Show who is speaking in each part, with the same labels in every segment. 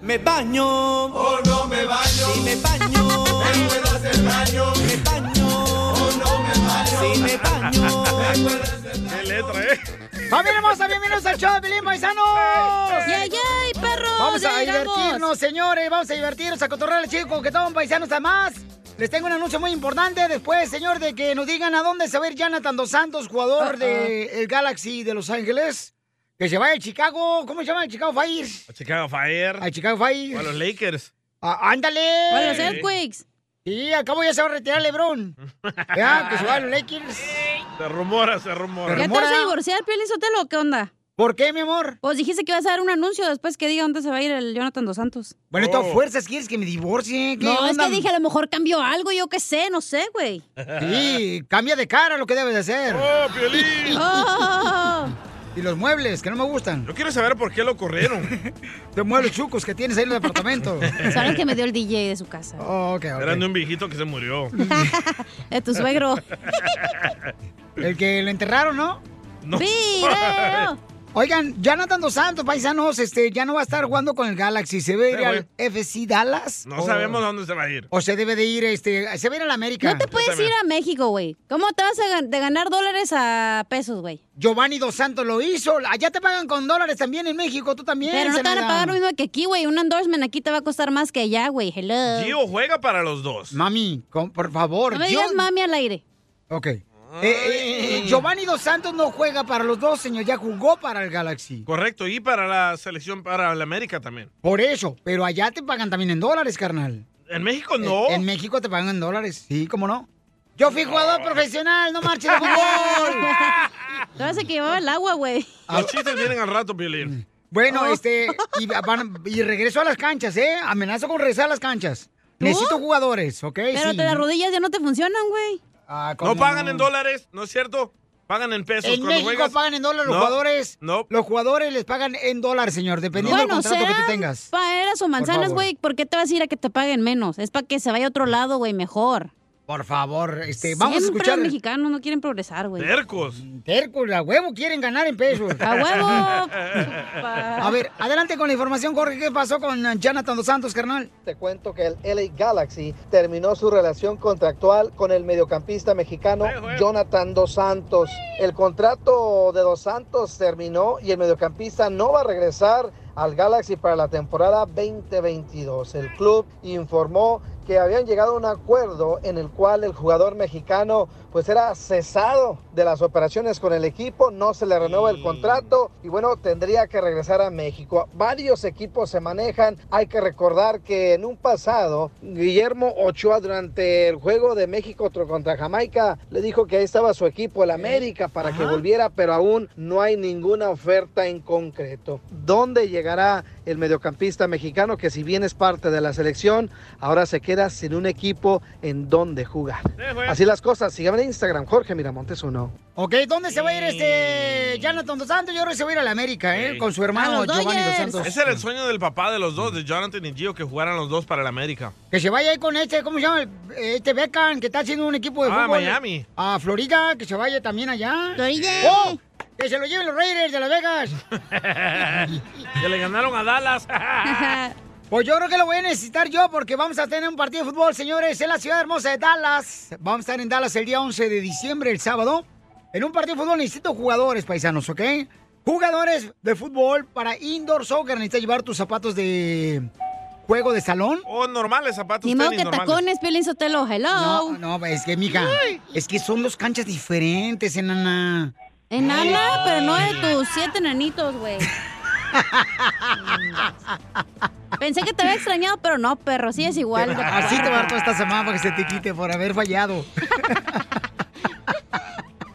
Speaker 1: Me baño o
Speaker 2: no me baño.
Speaker 1: Si me baño,
Speaker 2: Me puedo hacer daño.
Speaker 1: me baño o no me baño. Si me baño,
Speaker 3: ¿Qué letra, eh?
Speaker 4: ¡Familia hermosa, bienvenidos al show de Pelín Paisanos!
Speaker 5: ¡Yay, yay, perros!
Speaker 4: Vamos
Speaker 5: ¡Ya
Speaker 4: a
Speaker 5: llegamos!
Speaker 4: divertirnos, señores. Vamos a divertirnos, a cotorrear al chico que todo un paisanos además. Les tengo un anuncio muy importante después, señor, de que nos digan a dónde se va a ir Jonathan Dos Santos, jugador del Galaxy de Los Ángeles. Que se vaya a Chicago. ¿Cómo se llama? Chicago Fire.
Speaker 3: A Chicago Fire.
Speaker 4: A Chicago Fire.
Speaker 3: O a los Lakers.
Speaker 4: Ah, ¡Ándale!
Speaker 5: Bueno, los Earthquakes.
Speaker 4: Sí, al cabo ya se va a retirar LeBron. Ya, que se va a los Lakers.
Speaker 3: Se rumora, se rumora.
Speaker 5: ¿Ya te vas a divorciar, Piolín Sotelo? ¿Qué onda?
Speaker 4: ¿Por qué, mi amor?
Speaker 5: Pues dijiste que ibas a dar un anuncio después que diga dónde se va a ir el Jonathan Dos Santos.
Speaker 4: Bueno, tú a
Speaker 3: Oh.
Speaker 4: fuerzas quieres que me divorcie. ¿Qué
Speaker 5: No, es
Speaker 4: onda?
Speaker 5: que dije, a lo mejor cambió algo, yo qué sé, no sé, güey.
Speaker 4: Sí, cambia de cara lo que debes de hacer.
Speaker 3: ¡Oh, Piolín!
Speaker 5: Oh,
Speaker 4: Y los muebles, que no me gustan.
Speaker 3: Yo quiero saber por qué lo corrieron.
Speaker 4: Los muebles chucos que tienes ahí en el departamento.
Speaker 5: son los que me dio el DJ de su casa,
Speaker 4: Oh, ok, ok.
Speaker 3: Eran de un viejito que se murió.
Speaker 5: de tu suegro.
Speaker 4: El que lo enterraron, ¿no?
Speaker 3: No.
Speaker 5: ¡Video!
Speaker 4: Oigan, Jonathan Dos Santos, paisanos, este, ya no va a estar jugando con el Galaxy. ¿Se debe ir
Speaker 3: Sí,
Speaker 4: al FC Dallas?
Speaker 3: No
Speaker 4: ¿O-
Speaker 3: sabemos a dónde se va a ir.
Speaker 4: O se debe de ir, este, se va a ir al América.
Speaker 5: No te puedes ir a México, güey. ¿Cómo te vas a gan- de ganar dólares a pesos, güey?
Speaker 4: Giovanni Dos Santos lo hizo. Allá te pagan con dólares también en México, tú también.
Speaker 5: Pero no te van a
Speaker 4: Zenaida.
Speaker 5: pagar lo mismo que aquí, güey. Un endorsement aquí te va a costar más que allá, güey. Hello.
Speaker 3: Gio juega para los dos.
Speaker 4: Mami, con- por favor.
Speaker 5: No me
Speaker 4: yo-
Speaker 5: digas mami al aire.
Speaker 4: Ok. Eh, eh, eh, Giovanni Dos Santos no juega para los dos, señor. Ya jugó para el Galaxy.
Speaker 3: Correcto, y para la selección, para la América también.
Speaker 4: Por eso. Pero allá te pagan también en dólares, carnal.
Speaker 3: En México no.
Speaker 4: En, en México te pagan en dólares. Sí, cómo no. Yo fui jugador profesional, no marches de fútbol.
Speaker 5: Te vas a que llevaba el agua, güey.
Speaker 3: Los chistes vienen al rato, Piolín. Ah.
Speaker 4: Bueno, este, y, van- y regreso a las canchas, ¿eh? Amenazo con regresar a las canchas. Necesito jugadores, ¿ok?
Speaker 5: Pero
Speaker 4: Sí.
Speaker 5: te las rodillas ya no te funcionan, güey.
Speaker 4: Ah, ¿cómo
Speaker 3: No pagan en dólares, ¿no es cierto? Pagan en pesos.
Speaker 4: En
Speaker 3: Cuando
Speaker 4: México
Speaker 3: juegas,
Speaker 4: pagan en dólares los
Speaker 3: No,
Speaker 4: jugadores.
Speaker 3: no.
Speaker 4: Los jugadores les pagan en dólares, señor, dependiendo del
Speaker 5: Bueno,
Speaker 4: contrato que tú
Speaker 5: serán
Speaker 4: tengas.
Speaker 5: paeras o manzanas,
Speaker 4: favor.
Speaker 5: güey. ¿Por qué te vas a ir a que te paguen menos? Es para que se vaya a otro lado, güey, mejor.
Speaker 4: Por favor, este, vamos
Speaker 5: Siempre
Speaker 4: a escuchar.
Speaker 5: los mexicanos no quieren progresar,
Speaker 4: pues.
Speaker 5: güey.
Speaker 3: Tercos.
Speaker 4: Tercos, a huevo quieren ganar en pesos.
Speaker 5: ¡A huevo!
Speaker 4: A ver, adelante con la información, Jorge. ¿Qué pasó con eh, Jonathan Dos Santos, carnal?
Speaker 6: Te cuento que el LA Galaxy terminó su relación contractual con el mediocampista mexicano Jonathan Dos Santos. El contrato de Dos Santos terminó y el mediocampista no va a regresar al Galaxy para la temporada 2022. El club informó que habían llegado a un acuerdo en el cual el jugador mexicano pues era cesado de las operaciones con el equipo, no se le renueva el contrato y bueno, tendría que regresar a México. Varios equipos se manejan, hay que recordar que en un pasado Guillermo Ochoa durante el juego de México tro- contra Jamaica le dijo que ahí estaba su equipo, el América, para que volviera, pero aún no hay ninguna oferta en concreto. ¿Dónde llegará el mediocampista mexicano que si bien es parte de la selección, ahora se queda sin un equipo en donde jugar? Así las cosas, síganme en Instagram, Jorge Miramontes uno.
Speaker 4: Ok, ¿dónde se va a ir este Jonathan Dos Santos? Yo creo que se va a ir a la América, ¿eh?
Speaker 3: Sí.
Speaker 4: Con su hermano
Speaker 5: A los
Speaker 4: Giovanni Dos
Speaker 5: Dodgers.
Speaker 4: Santos.
Speaker 3: Ese era el sueño del papá de los dos, de Jonathan y Gio, que jugaran los dos para el América.
Speaker 4: Que se vaya ahí con este, ¿cómo se llama? El- Este Beckham, que está haciendo un equipo de
Speaker 3: Ah,
Speaker 4: fútbol.
Speaker 3: Miami.
Speaker 4: A Florida, que se vaya también allá.
Speaker 5: Florida.
Speaker 4: ¡Oh! Que se lo lleven los Raiders de Las Vegas.
Speaker 3: Que le ganaron a Dallas.
Speaker 4: Pues yo creo que lo voy a necesitar yo porque vamos a tener un partido de fútbol, señores, en la ciudad hermosa de Dallas. Vamos a estar en Dallas el día 11 de diciembre, el sábado. En un partido de fútbol necesito jugadores, paisanos, ¿ok? Jugadores de fútbol para indoor soccer. Necesitas llevar tus zapatos de juego de salón.
Speaker 3: O Oh, normales zapatos.
Speaker 5: Ni modo
Speaker 3: tenis
Speaker 5: que
Speaker 3: normales.
Speaker 5: tacones, Piolín Sotelo, hello.
Speaker 4: No, no, es que, mija, es que son dos canchas diferentes, enana.
Speaker 5: Enana, pero no de tus siete enanitos, güey. Mm. Pensé que te había extrañado, pero no, perro, sí es igual.
Speaker 4: Así ah, te va a dar toda esta semana para que se te quite por haber fallado.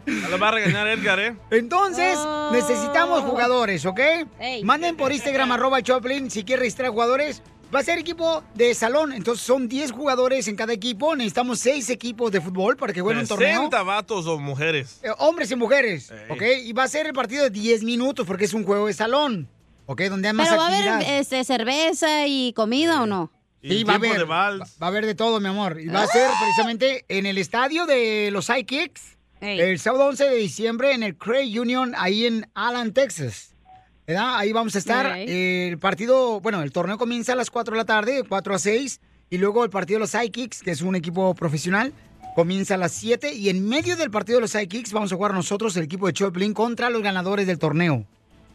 Speaker 3: Ya Lo va a regañar Edgar, ¿eh?
Speaker 4: Entonces, necesitamos jugadores, ¿ok?
Speaker 5: Ah. Ey.
Speaker 4: Manden por Instagram arroba Choplin si quieres registrar jugadores. Va a ser equipo de salón, entonces son 10 jugadores en cada equipo. Necesitamos 6 equipos de fútbol para que jueguen un torneo.
Speaker 3: 60 vatos o mujeres.
Speaker 4: Eh, hombres y mujeres, ¿ok? Y va a ser el partido de 10 minutos porque es un juego de salón, ¿ok? Donde hay más
Speaker 5: Pero va a
Speaker 4: actividad.
Speaker 5: haber este, cerveza y comida o no?
Speaker 3: Y
Speaker 4: Sí, va a
Speaker 3: tiempo
Speaker 4: haber,
Speaker 3: de
Speaker 4: va
Speaker 3: vals.
Speaker 4: va a haber de todo, mi amor. Y va a ser precisamente en el estadio de los Sidekicks,
Speaker 5: Ey.
Speaker 4: el sábado 11 de diciembre en el Cray Union, ahí en Allen, Texas. ¿Verdad? Ahí vamos a estar.
Speaker 5: Ok.
Speaker 4: El partido, bueno, el torneo comienza a las 4 de la tarde, de 4 a 6. Y luego el partido de los Sidekicks, que es un equipo profesional, comienza a las 7. Y en medio del partido de los Sidekicks vamos a jugar nosotros, el equipo de Choplin, contra los ganadores del torneo.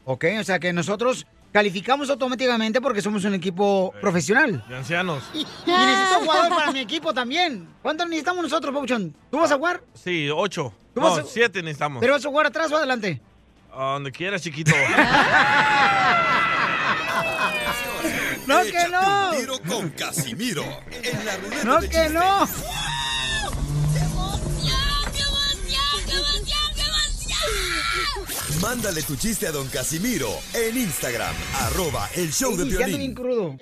Speaker 4: ¿Ok? O sea que nosotros calificamos automáticamente porque somos un equipo profesional.
Speaker 3: De ancianos.
Speaker 4: Y necesito un jugador para mi equipo también. ¿Cuánto necesitamos nosotros, Pauchón? ¿Tú vas a jugar?
Speaker 3: Sí, ocho.
Speaker 4: ¿Tú
Speaker 3: No,
Speaker 4: vas a-
Speaker 3: siete necesitamos.
Speaker 4: ¿Pero vas a jugar atrás o adelante?
Speaker 3: A donde quieras, chiquito.
Speaker 4: ¡No
Speaker 2: Échate
Speaker 4: que no!
Speaker 2: un tiro con Casimiro en la ruleta
Speaker 4: ¡No
Speaker 2: de
Speaker 4: que no!
Speaker 2: chistes. Mándale tu chiste a don Casimiro en Instagram, arroba el show de
Speaker 4: Y ya ando bien
Speaker 2: violín.
Speaker 4: crudo.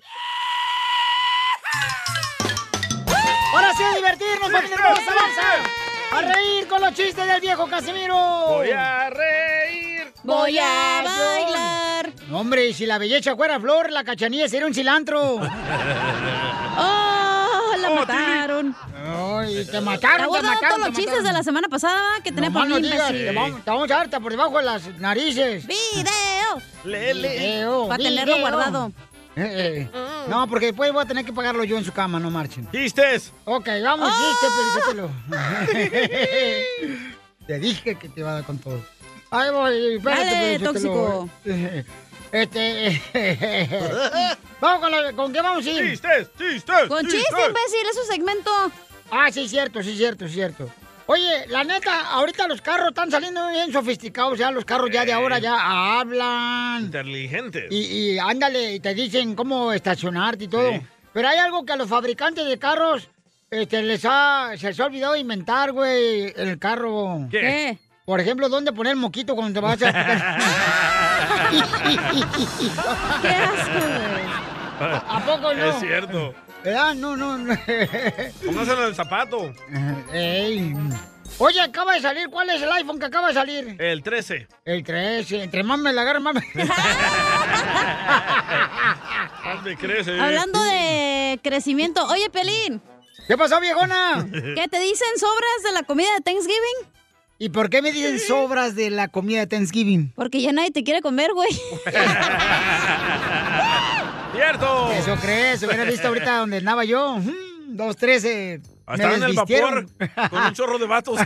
Speaker 4: ¡Ahora sí a divertirnos, familia hermosa! ¡Vamos a, a reír con los chistes del viejo Casimiro!
Speaker 3: Voy a reír.
Speaker 5: Voy a bailar.
Speaker 4: No, Hombre, si la belleza fuera flor, la cachanilla sería un cilantro.
Speaker 5: ¡Oh! La mataron.
Speaker 4: ¡Ay, te
Speaker 5: Te
Speaker 4: mataron,
Speaker 5: voy
Speaker 4: te
Speaker 5: a dar todos
Speaker 4: mataron!
Speaker 5: los
Speaker 4: te
Speaker 5: chistes
Speaker 4: mataron.
Speaker 5: de la semana pasada que tenés
Speaker 4: Nomás
Speaker 5: por
Speaker 4: no
Speaker 5: mí,
Speaker 4: digas,
Speaker 5: imbécil.
Speaker 4: te vamos, te vamos a harta por debajo de las narices.
Speaker 5: ¡Video!
Speaker 3: Lele.
Speaker 4: Video,
Speaker 5: Para tenerlo
Speaker 4: video.
Speaker 5: guardado.
Speaker 4: Eh, eh. No, porque después voy a tener que pagarlo yo en su cama, no marchen.
Speaker 3: Chistes.
Speaker 4: Ok, vamos,
Speaker 5: Ah.
Speaker 4: chiste, Pelizotelo. te dije que te iba a dar con todo. Ahí voy, espérate, pues,
Speaker 5: Dale,
Speaker 4: Pelizotelo.
Speaker 5: tóxico.
Speaker 4: eh. Este. vamos con, la- con qué vamos a ir.
Speaker 3: Chistes, chistes.
Speaker 5: Con chiste, imbécil, es un segmento.
Speaker 4: Ah, sí, cierto, sí, cierto, cierto. Oye, la neta, ahorita los carros están saliendo bien sofisticados, ya los carros ya de ahora ya hablan.
Speaker 3: Inteligentes.
Speaker 4: Y, y ándale, y te dicen cómo estacionarte y todo.
Speaker 3: Sí.
Speaker 4: Pero hay algo que a los fabricantes de carros este, les ha, se les ha olvidado inventar, güey, el carro.
Speaker 3: ¿Qué?
Speaker 5: ¿Qué?
Speaker 4: Por ejemplo, ¿dónde poner el moquito cuando te vas a...
Speaker 5: ¡Qué asco, güey!
Speaker 4: ¿A poco no? Eh,
Speaker 3: Es cierto.
Speaker 4: ¿Verdad? No, no, no.
Speaker 3: Póngaselo en el zapato.
Speaker 4: Ey. Oye, acaba de salir. ¿Cuál es el iPhone que acaba de salir?
Speaker 3: El 13.
Speaker 4: El 13. Entre más me la agarran, más me...
Speaker 3: ¿Dónde crece?
Speaker 5: Hablando de crecimiento. Oye, Pelín,
Speaker 4: ¿Qué pasó, viejona?
Speaker 5: ¿qué te dicen sobras de la comida de Thanksgiving?
Speaker 4: ¿Y por qué me dicen sobras de la comida de Thanksgiving?
Speaker 5: Porque ya nadie te quiere comer, güey.
Speaker 3: ¡Cierto!
Speaker 4: Eso crees, hubiera visto ahorita donde andaba yo. Mm, Dos, tres, eh, me
Speaker 3: Estaban Ah, en el vapor
Speaker 4: desvistieron.
Speaker 3: con un chorro de vatos.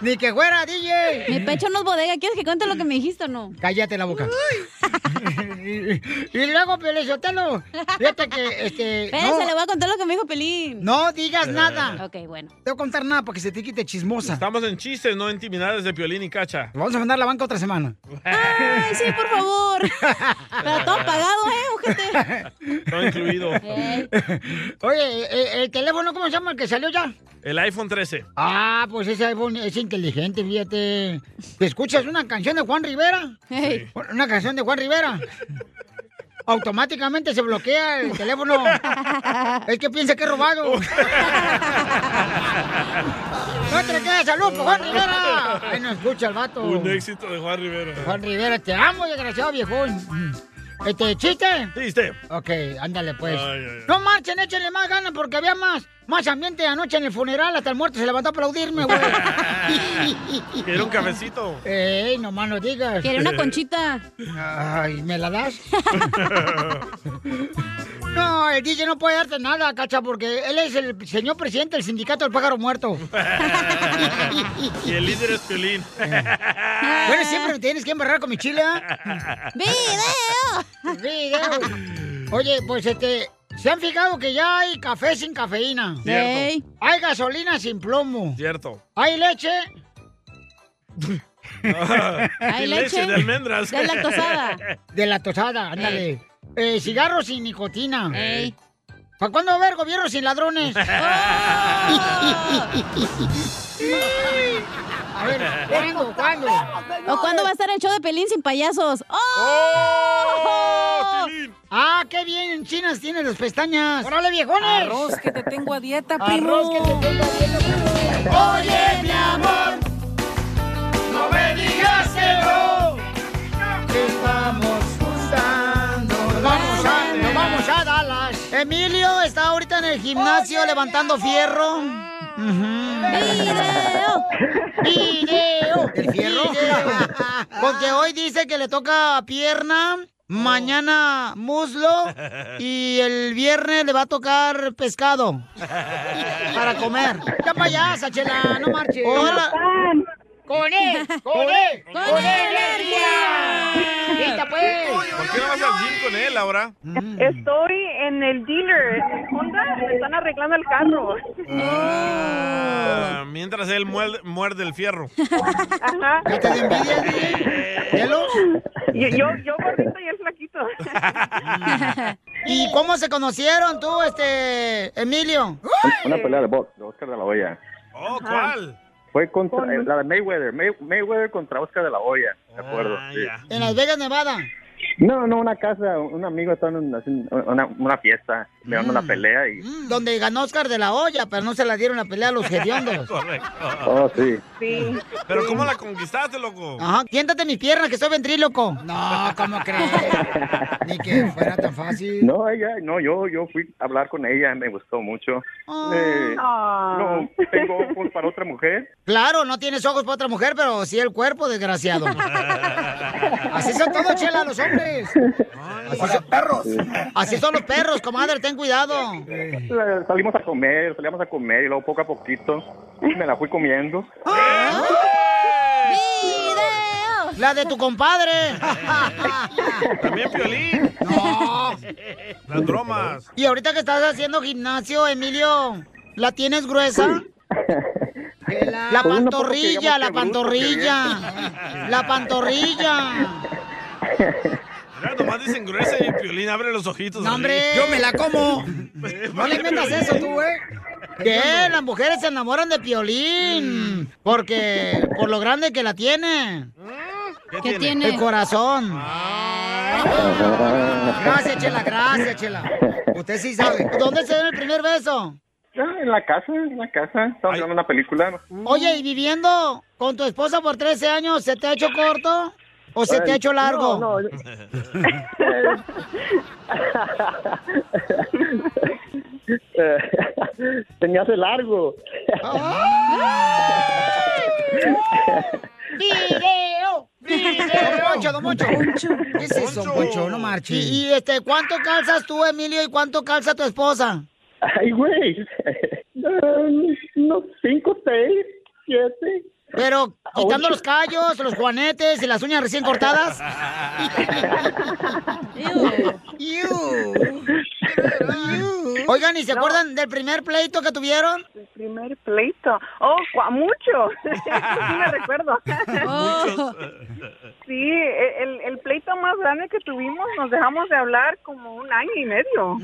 Speaker 4: Ni que fuera,
Speaker 5: Mi
Speaker 4: DJ.
Speaker 5: pecho no es bodega. ¿Quieres que cuente lo que me dijiste o no?
Speaker 4: Cállate la boca. y, y luego, Pelizotelo, fíjate que, este,
Speaker 5: Espérense, le
Speaker 4: no,
Speaker 5: voy a contar lo que me dijo Pelín.
Speaker 4: no digas nada.
Speaker 5: Ok, bueno.
Speaker 4: No te voy a contar nada para que se te quite chismosa.
Speaker 3: Estamos en chistes, no intimidades de Piolín y Cacha.
Speaker 4: Te Vamos a mandar a la banca otra semana.
Speaker 5: Ay, sí, por favor. Pero todo pagado, ¿eh, ojete?
Speaker 3: Todo incluido.
Speaker 5: Ey.
Speaker 4: Oye, eh, eh, el teléfono, ¿cómo se llama el que salió ya?
Speaker 3: El iPhone 13.
Speaker 4: Ah, pues ese iPhone es inteligente, fíjate. ¿Te escuchas una canción de Juan Rivera?
Speaker 5: Ey.
Speaker 4: Una canción de Juan Rivera. Automáticamente se bloquea el teléfono. Es que piensa que es robado.
Speaker 3: Oh.
Speaker 4: ¡No te quedes salud, por Juan Rivera! Ay, no escucha el vato.
Speaker 3: Un éxito de Juan Rivera.
Speaker 4: Juan Rivera, te amo, desgraciado viejón. Este, ¿chiste?
Speaker 3: ¿Chiste?
Speaker 4: Ok, ándale pues.
Speaker 3: Ay, ay, ay.
Speaker 4: No marchen, échenle más ganas porque había más, más ambiente anoche en el funeral. Hasta el muerto se levantó a aplaudirme, güey.
Speaker 3: Quiero un cafecito.
Speaker 4: Ey, nomás no digas. Eh,
Speaker 5: Quiere una conchita.
Speaker 4: Ay, ¿me la das? No, el DJ no puede darte nada, cacha, porque él es el señor presidente del sindicato del pájaro muerto.
Speaker 3: y el líder es Piolín.
Speaker 4: bueno, siempre me tienes que embarrar con mi chile. ¿ah? ¡Video! ¡Video! Oye, pues este. ¿Se han fijado que ya hay café sin cafeína?
Speaker 3: Cierto. Ey.
Speaker 4: Hay gasolina sin plomo.
Speaker 3: Cierto.
Speaker 4: Hay leche.
Speaker 3: Hay leche de almendras.
Speaker 4: De la tosada. De la tosada, ándale. Eh, cigarros sin nicotina.
Speaker 3: Ey.
Speaker 4: ¿Para cuándo va a haber gobierno sin ladrones? A ver, ¿cuándo? ¿Cuándo?
Speaker 5: ¿O cuándo va a estar el show de Pelín sin payasos? ¡Oh!
Speaker 4: ¡Ah, qué bien! Chinas tiene las pestañas. ¡Órale, viejones!
Speaker 7: Arroz que te tengo a dieta, primo.
Speaker 4: Arroz que te tengo a dieta, primo.
Speaker 1: Oye, mi amor, no me digas que no, que estamos usando.
Speaker 4: Nos vamos a, nos vamos a Dallas. Emilio está ahorita en el gimnasio levantando fierro. ¡Video! ¡Video! ¿El fierro? Porque hoy dice que le toca pierna, mañana muslo y el viernes le va a tocar pescado para comer. ¡Ya payasa, chela! ¡No marches!
Speaker 1: Hola.
Speaker 4: ¡Con él! ¡Con él! ¡Con energía! ¡Lista, pues!
Speaker 3: ¿Por qué no vas al gym con él ahora?
Speaker 8: Estoy en el dealer, en el Honda, me están arreglando el carro.
Speaker 3: Ah, mientras él muerde, muerde el fierro.
Speaker 8: Ajá.
Speaker 4: te envidia,
Speaker 8: Yo, yo, yo gordito y él flaquito.
Speaker 4: ¿Y cómo se conocieron tú, este, Emilio?
Speaker 9: Una pelea de box de Oscar de la Hoya.
Speaker 3: Oh, ¿cuál?
Speaker 9: Fue contra eh, la de Mayweather. May- Mayweather contra Oscar de la Hoya.
Speaker 3: Ah,
Speaker 9: ¿De acuerdo? sí.
Speaker 4: En Las Vegas, Nevada.
Speaker 9: No, no, una casa. Un amigo está en una, en una, una fiesta. Me dando una
Speaker 3: Mm.
Speaker 9: pelea y.
Speaker 4: Donde ganó Oscar de la Hoya, pero no se la dieron la pelea a los hediondos.
Speaker 9: Oh, sí.
Speaker 8: Sí.
Speaker 3: Pero ¿cómo la conquistaste, loco?
Speaker 4: Ajá, siéntate mis piernas, que soy ventríloco. No, ¿cómo crees? Ni que fuera tan fácil.
Speaker 9: No, ella, no, yo, yo fui a hablar con ella, me gustó mucho.
Speaker 3: Ah.
Speaker 9: Eh,
Speaker 4: Ah.
Speaker 9: no, tengo ojos para otra mujer.
Speaker 4: Claro, no tienes ojos para otra mujer, pero sí el cuerpo, desgraciado. Así son todos, chela, los hombres. Así son perros. Así son los perros, comadre, ten cuidado.
Speaker 9: La- Salimos a comer, salíamos a comer y luego poco a poquito me la fui comiendo.
Speaker 4: La de tu compadre.
Speaker 3: También Piolín.
Speaker 4: No.
Speaker 3: Las bromas.
Speaker 4: Y ahorita que estás haciendo gimnasio, Emilio, ¿la tienes gruesa? La
Speaker 9: Pues no puedo que
Speaker 4: pantorrilla,
Speaker 9: digamos
Speaker 4: la
Speaker 9: que bruto,
Speaker 4: pantorrilla. La pantorrilla.
Speaker 3: Mira, Ah, nomás dicen gruesa y Piolín abre los ojitos.
Speaker 4: No,
Speaker 3: así.
Speaker 4: hombre. Yo me la como. No le inventas eso tú, güey. ¿Qué? Las mujeres se enamoran de Piolín. Porque, por lo grande que la tiene.
Speaker 5: ¿Qué tiene? Ah.
Speaker 4: El corazón. Gracias, Chela, gracias, Chela. Usted sí sabe. ¿Dónde se dio el primer beso?
Speaker 9: Ah, en la casa, en la casa, estábamos viendo una película.
Speaker 4: Oye, ¿y viviendo con tu esposa por 13 años, se te ha hecho corto o se te ha hecho largo?
Speaker 8: No, no.
Speaker 9: Eh, Se me hace largo.
Speaker 4: ¡Video! ¡Video! Don Poncho, don Poncho. ¿Qué es eso, don Poncho? No marches. ¿Y, y, este, cuánto calzas tú, Emilio, y cuánto calza tu esposa?
Speaker 9: Ay, güey. Eh, Unos cinco, seis, siete. Ah,
Speaker 4: Pero quitando los callos, los juanetes y las uñas recién cortadas. Iu. Oigan, ¿y se acuerdan del primer pleito que tuvieron?
Speaker 8: El primer pleito. Oh, cua- mucho. Eso sí me recuerdo.
Speaker 1: Muchos.
Speaker 8: Sí, e, el, el pleito más grande que tuvimos, nos dejamos de hablar como un año y medio.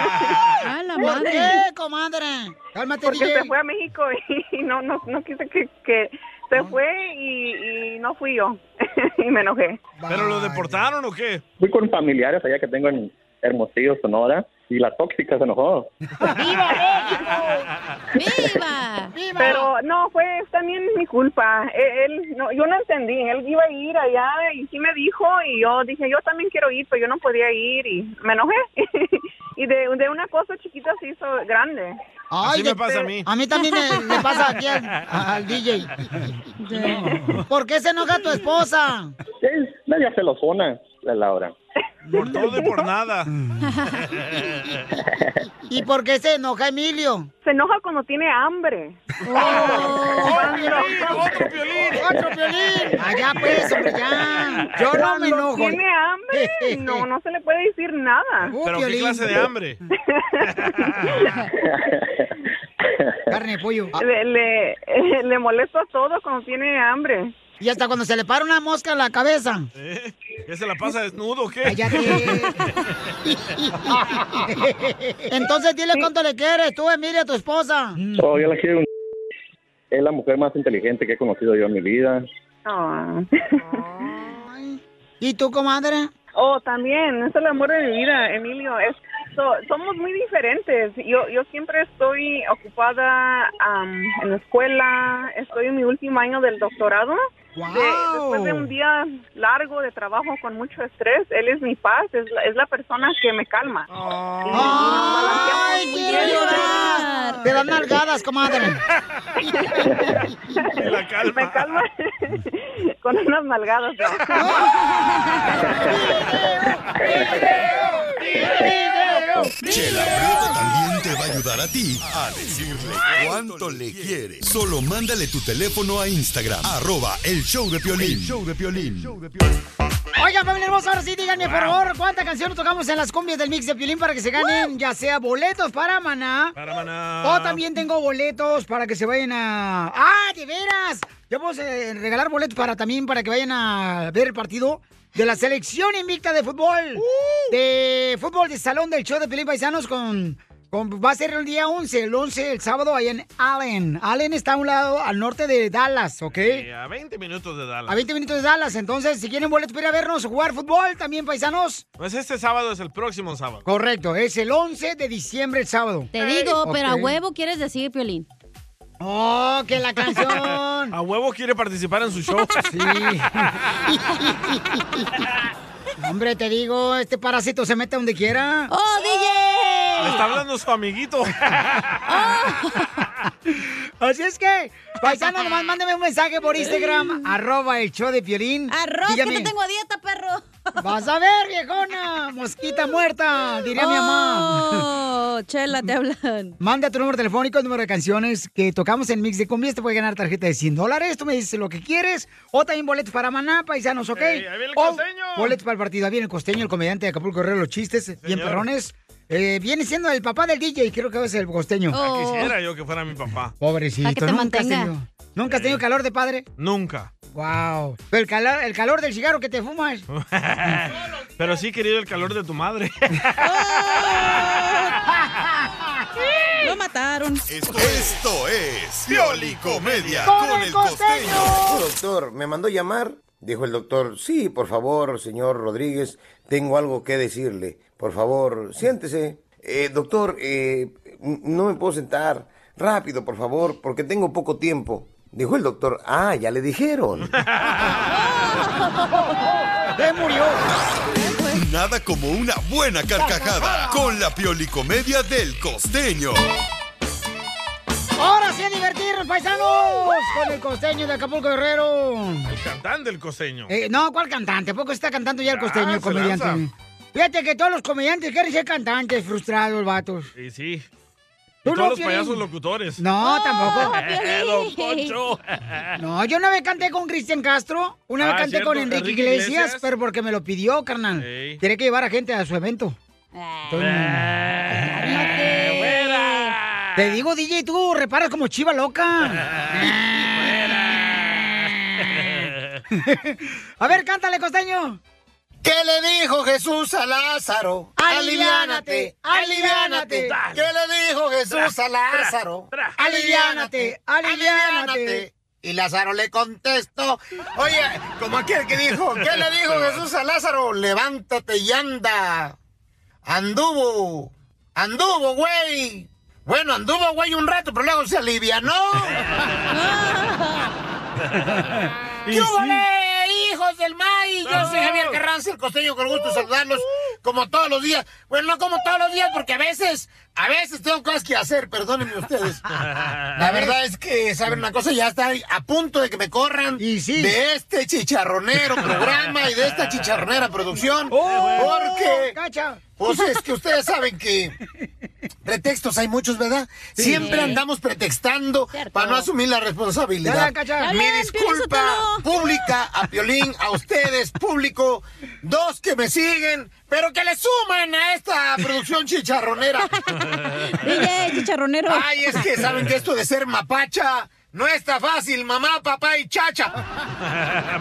Speaker 4: ¡A la
Speaker 8: madre.
Speaker 4: qué, comadre? Cálmate,
Speaker 8: Porque
Speaker 4: DJ.
Speaker 8: se fue a México y no, no, no quise que, que se fue y, y no fui yo. y me enojé.
Speaker 3: ¿Pero lo deportaron o qué?
Speaker 9: Fui con familiares allá que tengo en Hermosillo, Sonora, y la tóxica se enojó.
Speaker 8: ¡Viva! Pero no, fue también mi culpa. Eh, Él, no, yo no entendí. Él iba a ir allá y sí me dijo y yo dije, yo también quiero ir, pero yo no podía ir y me enojé. y de, de una cosa chiquita se hizo grande.
Speaker 4: Ay,
Speaker 3: Así me
Speaker 4: de-
Speaker 3: pasa a mí.
Speaker 4: A mí también me, me pasa aquí al, al DJ. ¿Por qué se enoja tu esposa?
Speaker 9: Es media celofona, la Laura.
Speaker 3: Por todo y por nada.
Speaker 4: ¿Y por qué se enoja Emilio?
Speaker 8: Se enoja cuando tiene hambre.
Speaker 4: Oh, ¡Otro violín! ¡Otro violín! Allá pues, hombre, ya. Yo no me
Speaker 8: Cuando
Speaker 4: enojo.
Speaker 8: tiene hambre, no, no se le puede decir nada.
Speaker 3: ¿Pero qué clase de hambre?
Speaker 4: Carne, pollo.
Speaker 8: Le, le, le molesto a todos cuando tiene hambre.
Speaker 4: Y hasta cuando se le para una mosca en la cabeza.
Speaker 3: ¿Qué Eh, se la pasa desnudo o qué?
Speaker 4: Entonces dile cuánto le quieres tú, Emilia, a tu esposa.
Speaker 9: Oh, yo la quiero un... Es la mujer más inteligente que he conocido yo en mi vida.
Speaker 4: ¿Y tú, comadre?
Speaker 8: Oh, también, es el amor de mi vida, Emilio. Es, so- somos muy diferentes. Yo, yo siempre estoy ocupada am, en la escuela, estoy en mi último año del doctorado.
Speaker 10: Wow.
Speaker 8: De- después de un día largo de trabajo con mucho estrés, él es mi paz, es la, es la persona que me calma.
Speaker 4: Oh.
Speaker 8: Y nos balanceamos
Speaker 4: ¡Ay,
Speaker 8: muy
Speaker 4: quiero
Speaker 8: bien.
Speaker 4: llorar! Te dan nalgadas, comadre.
Speaker 8: Me calma con unas nalgadas. ¿no?
Speaker 2: Chela Prieto también te va a ayudar a ti a decirle cuánto le quiere. Solo mándale tu teléfono a Instagram, arroba el show de Piolín. show de Piolín.
Speaker 4: Oigan, familia hermosa, ahora sí díganme, por favor, cuántas canciones tocamos en las cumbias del mix de Piolín para que se ganen, ya sea boletos para Maná.
Speaker 3: Para maná.
Speaker 4: O también tengo boletos para que se vayan a. ¡Ah, de veras! Ya vamos a regalar boletos para también para que vayan a ver el partido de la selección invicta de fútbol.
Speaker 3: ¡Uh!
Speaker 4: De fútbol de salón del show de Felipe Paisanos con, con- Va a ser el día 11, el 11, el sábado, ahí en Allen. Allen está a un lado al norte de Dallas, ¿ok?
Speaker 3: Eh, a 20 minutos de Dallas.
Speaker 4: A 20 minutos de Dallas. Entonces, si quieren boletos para ir a vernos jugar fútbol también, paisanos.
Speaker 3: No es este sábado, es el próximo sábado.
Speaker 4: Correcto, es el 11 de diciembre, el sábado.
Speaker 5: Te digo, pero a
Speaker 4: Ok.
Speaker 5: huevo quieres decir, Piolín.
Speaker 4: ¡Oh, que la canción!
Speaker 3: A huevo quiere participar en su show.
Speaker 4: Sí. Hombre, te digo, este parásito se mete donde quiera.
Speaker 5: ¡Oh, DJ!
Speaker 3: Está hablando su amiguito.
Speaker 5: Oh.
Speaker 4: Así es que, paisano, nomás mándeme un mensaje por Instagram, arroba el show de Piolín.
Speaker 5: Arroz, que
Speaker 4: Dígame,
Speaker 5: te tengo a dieta, perro.
Speaker 4: Vas a ver, viejona, mosquita muerta, diría mi mamá.
Speaker 5: Oh, chela, te hablan.
Speaker 4: Manda tu número telefónico, el número de canciones que tocamos en Mix de Comidas. Te puede ganar tarjeta de 100 dólares. Tú me dices lo que quieres. O también boletos para Maná, paisanos, ¿ok?
Speaker 3: Ey, ahí viene el
Speaker 4: O
Speaker 3: costeño.
Speaker 4: boletos para el partido. Ahí viene el costeño, el comediante de Acapulco Herrero, los chistes, bien perrones. Eh, viene siendo el papá del DJ, creo que es el costeño.
Speaker 3: Ah, Quisiera yo que fuera mi papá.
Speaker 4: Pobrecito,
Speaker 3: Para que te
Speaker 4: nunca has
Speaker 3: mantenga.
Speaker 4: tenido, nunca has tenido calor de padre.
Speaker 3: Nunca.
Speaker 4: Wow. Pero el calor, el calor del cigarro que te fumas.
Speaker 3: Ah. Pero sí, querido, el calor de tu madre.
Speaker 5: Lo mataron.
Speaker 2: Esto, esto es Piolicomedia
Speaker 4: Con
Speaker 2: con
Speaker 4: el
Speaker 2: el costeño.
Speaker 11: Doctor, ¿me mandó llamar? Dijo el doctor, sí, por favor, señor Rodríguez, tengo algo que decirle. Por favor, siéntese. "Eh, doctor, eh, n- no me puedo sentar. Rápido, por favor, porque tengo poco tiempo. Dijo el doctor, ah, ya le dijeron.
Speaker 4: ¡Ya murió!
Speaker 2: Nada como una buena carcajada con la Piolicomedia del costeño.
Speaker 4: Ahora sí a divertirnos, paisanos, con el costeño de Acapulco Guerrero.
Speaker 3: El cantante del coseño.
Speaker 4: Eh, no, ¿cuál cantante? ¿A poco está cantando ya el costeño,
Speaker 3: Ah,
Speaker 4: el
Speaker 3: se
Speaker 4: comediante?
Speaker 3: lanza.
Speaker 4: Fíjate que todos los comediantes quieren ser cantantes, frustrados, vatos.
Speaker 3: Y sí. Y
Speaker 4: Tú
Speaker 3: todos
Speaker 4: no,
Speaker 3: los
Speaker 4: Piolín.
Speaker 3: payasos locutores.
Speaker 4: No, tampoco.
Speaker 3: Eh, don Poncho.
Speaker 4: No, yo una vez canté con Cristian Castro, una vez
Speaker 3: Ah,
Speaker 4: canté
Speaker 3: cierto,
Speaker 4: con Enrique
Speaker 3: Enrique
Speaker 4: Iglesias,
Speaker 3: Iglesias.
Speaker 4: pero porque me lo pidió, carnal.
Speaker 3: Sí.
Speaker 4: Tiene que llevar a gente a su evento. Entonces,
Speaker 3: Ah.
Speaker 4: Te digo, DJ, tú reparas como chiva loca. a ver, cántale, costeño.
Speaker 10: ¿Qué le dijo Jesús a Lázaro?
Speaker 4: Aliviánate, aliviánate.
Speaker 10: ¿Qué le dijo Jesús a Lázaro? Aliviánate, aliviánate. Y Lázaro le contestó, oye, como aquel que dijo, ¿qué le dijo Jesús a Lázaro? Levántate y anda. Anduvo, anduvo, güey. Bueno, anduvo, güey, un rato, pero luego se alivianó.
Speaker 1: Y
Speaker 10: ¿Qué hubo,
Speaker 1: sí.
Speaker 10: le, hijos del maíz? Yo soy
Speaker 1: ¡Vamos!
Speaker 10: Javier Carranza, el costeño, con gusto de saludarlos como todos los días. Bueno, no como todos los días, porque a veces A veces tengo cosas que hacer, perdónenme ustedes. La verdad es que, ¿saben una cosa? Ya está a punto de que me corran de este chicharronero programa y de esta chicharronera producción.
Speaker 4: Oh,
Speaker 10: porque, pues es que ustedes saben que pretextos hay muchos, ¿verdad?
Speaker 4: Sí.
Speaker 10: Siempre andamos pretextando para no asumir la
Speaker 4: Ya,
Speaker 10: responsabilidad.
Speaker 4: Cacha.
Speaker 10: Mi
Speaker 4: Hablan, Piolín
Speaker 10: disculpa pública a Piolín, a ustedes, público, dos que me siguen, pero que le suman a esta producción chicharronera.
Speaker 5: DJ, chicharronero.
Speaker 10: Ay, es que saben que esto de ser mapacha no está fácil, mamá, papá y chacha.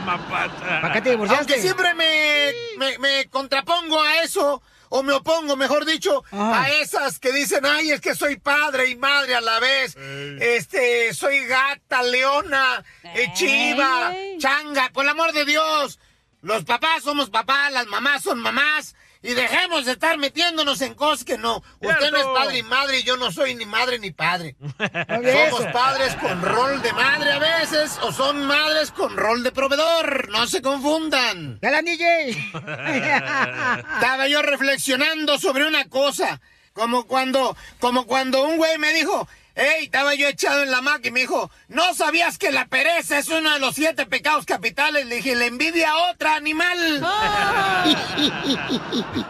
Speaker 3: Mapata.
Speaker 10: Aunque siempre me, me, me contrapongo a eso, o me opongo, mejor dicho, a esas que dicen, ay, es que soy padre y madre a la vez, este, soy gata, leona, eh, chiva, changa, por el amor de Dios, los papás somos papás, las mamás son mamás, y dejemos de estar metiéndonos en cosas que no, usted no es
Speaker 4: Cierto.
Speaker 10: padre y madre, y yo no soy ni madre ni padre.
Speaker 4: bien.
Speaker 10: Somos padres con rol de madre a veces o son madres con rol de proveedor. No se confundan.
Speaker 4: ¡Dale, DJ!
Speaker 10: Estaba yo reflexionando sobre una cosa. Como cuando, como cuando un güey me dijo, hey, estaba yo echado en la maca y me dijo, ¿no sabías que la pereza es uno de los siete pecados capitales? Le dije, le envidia a otra, animal.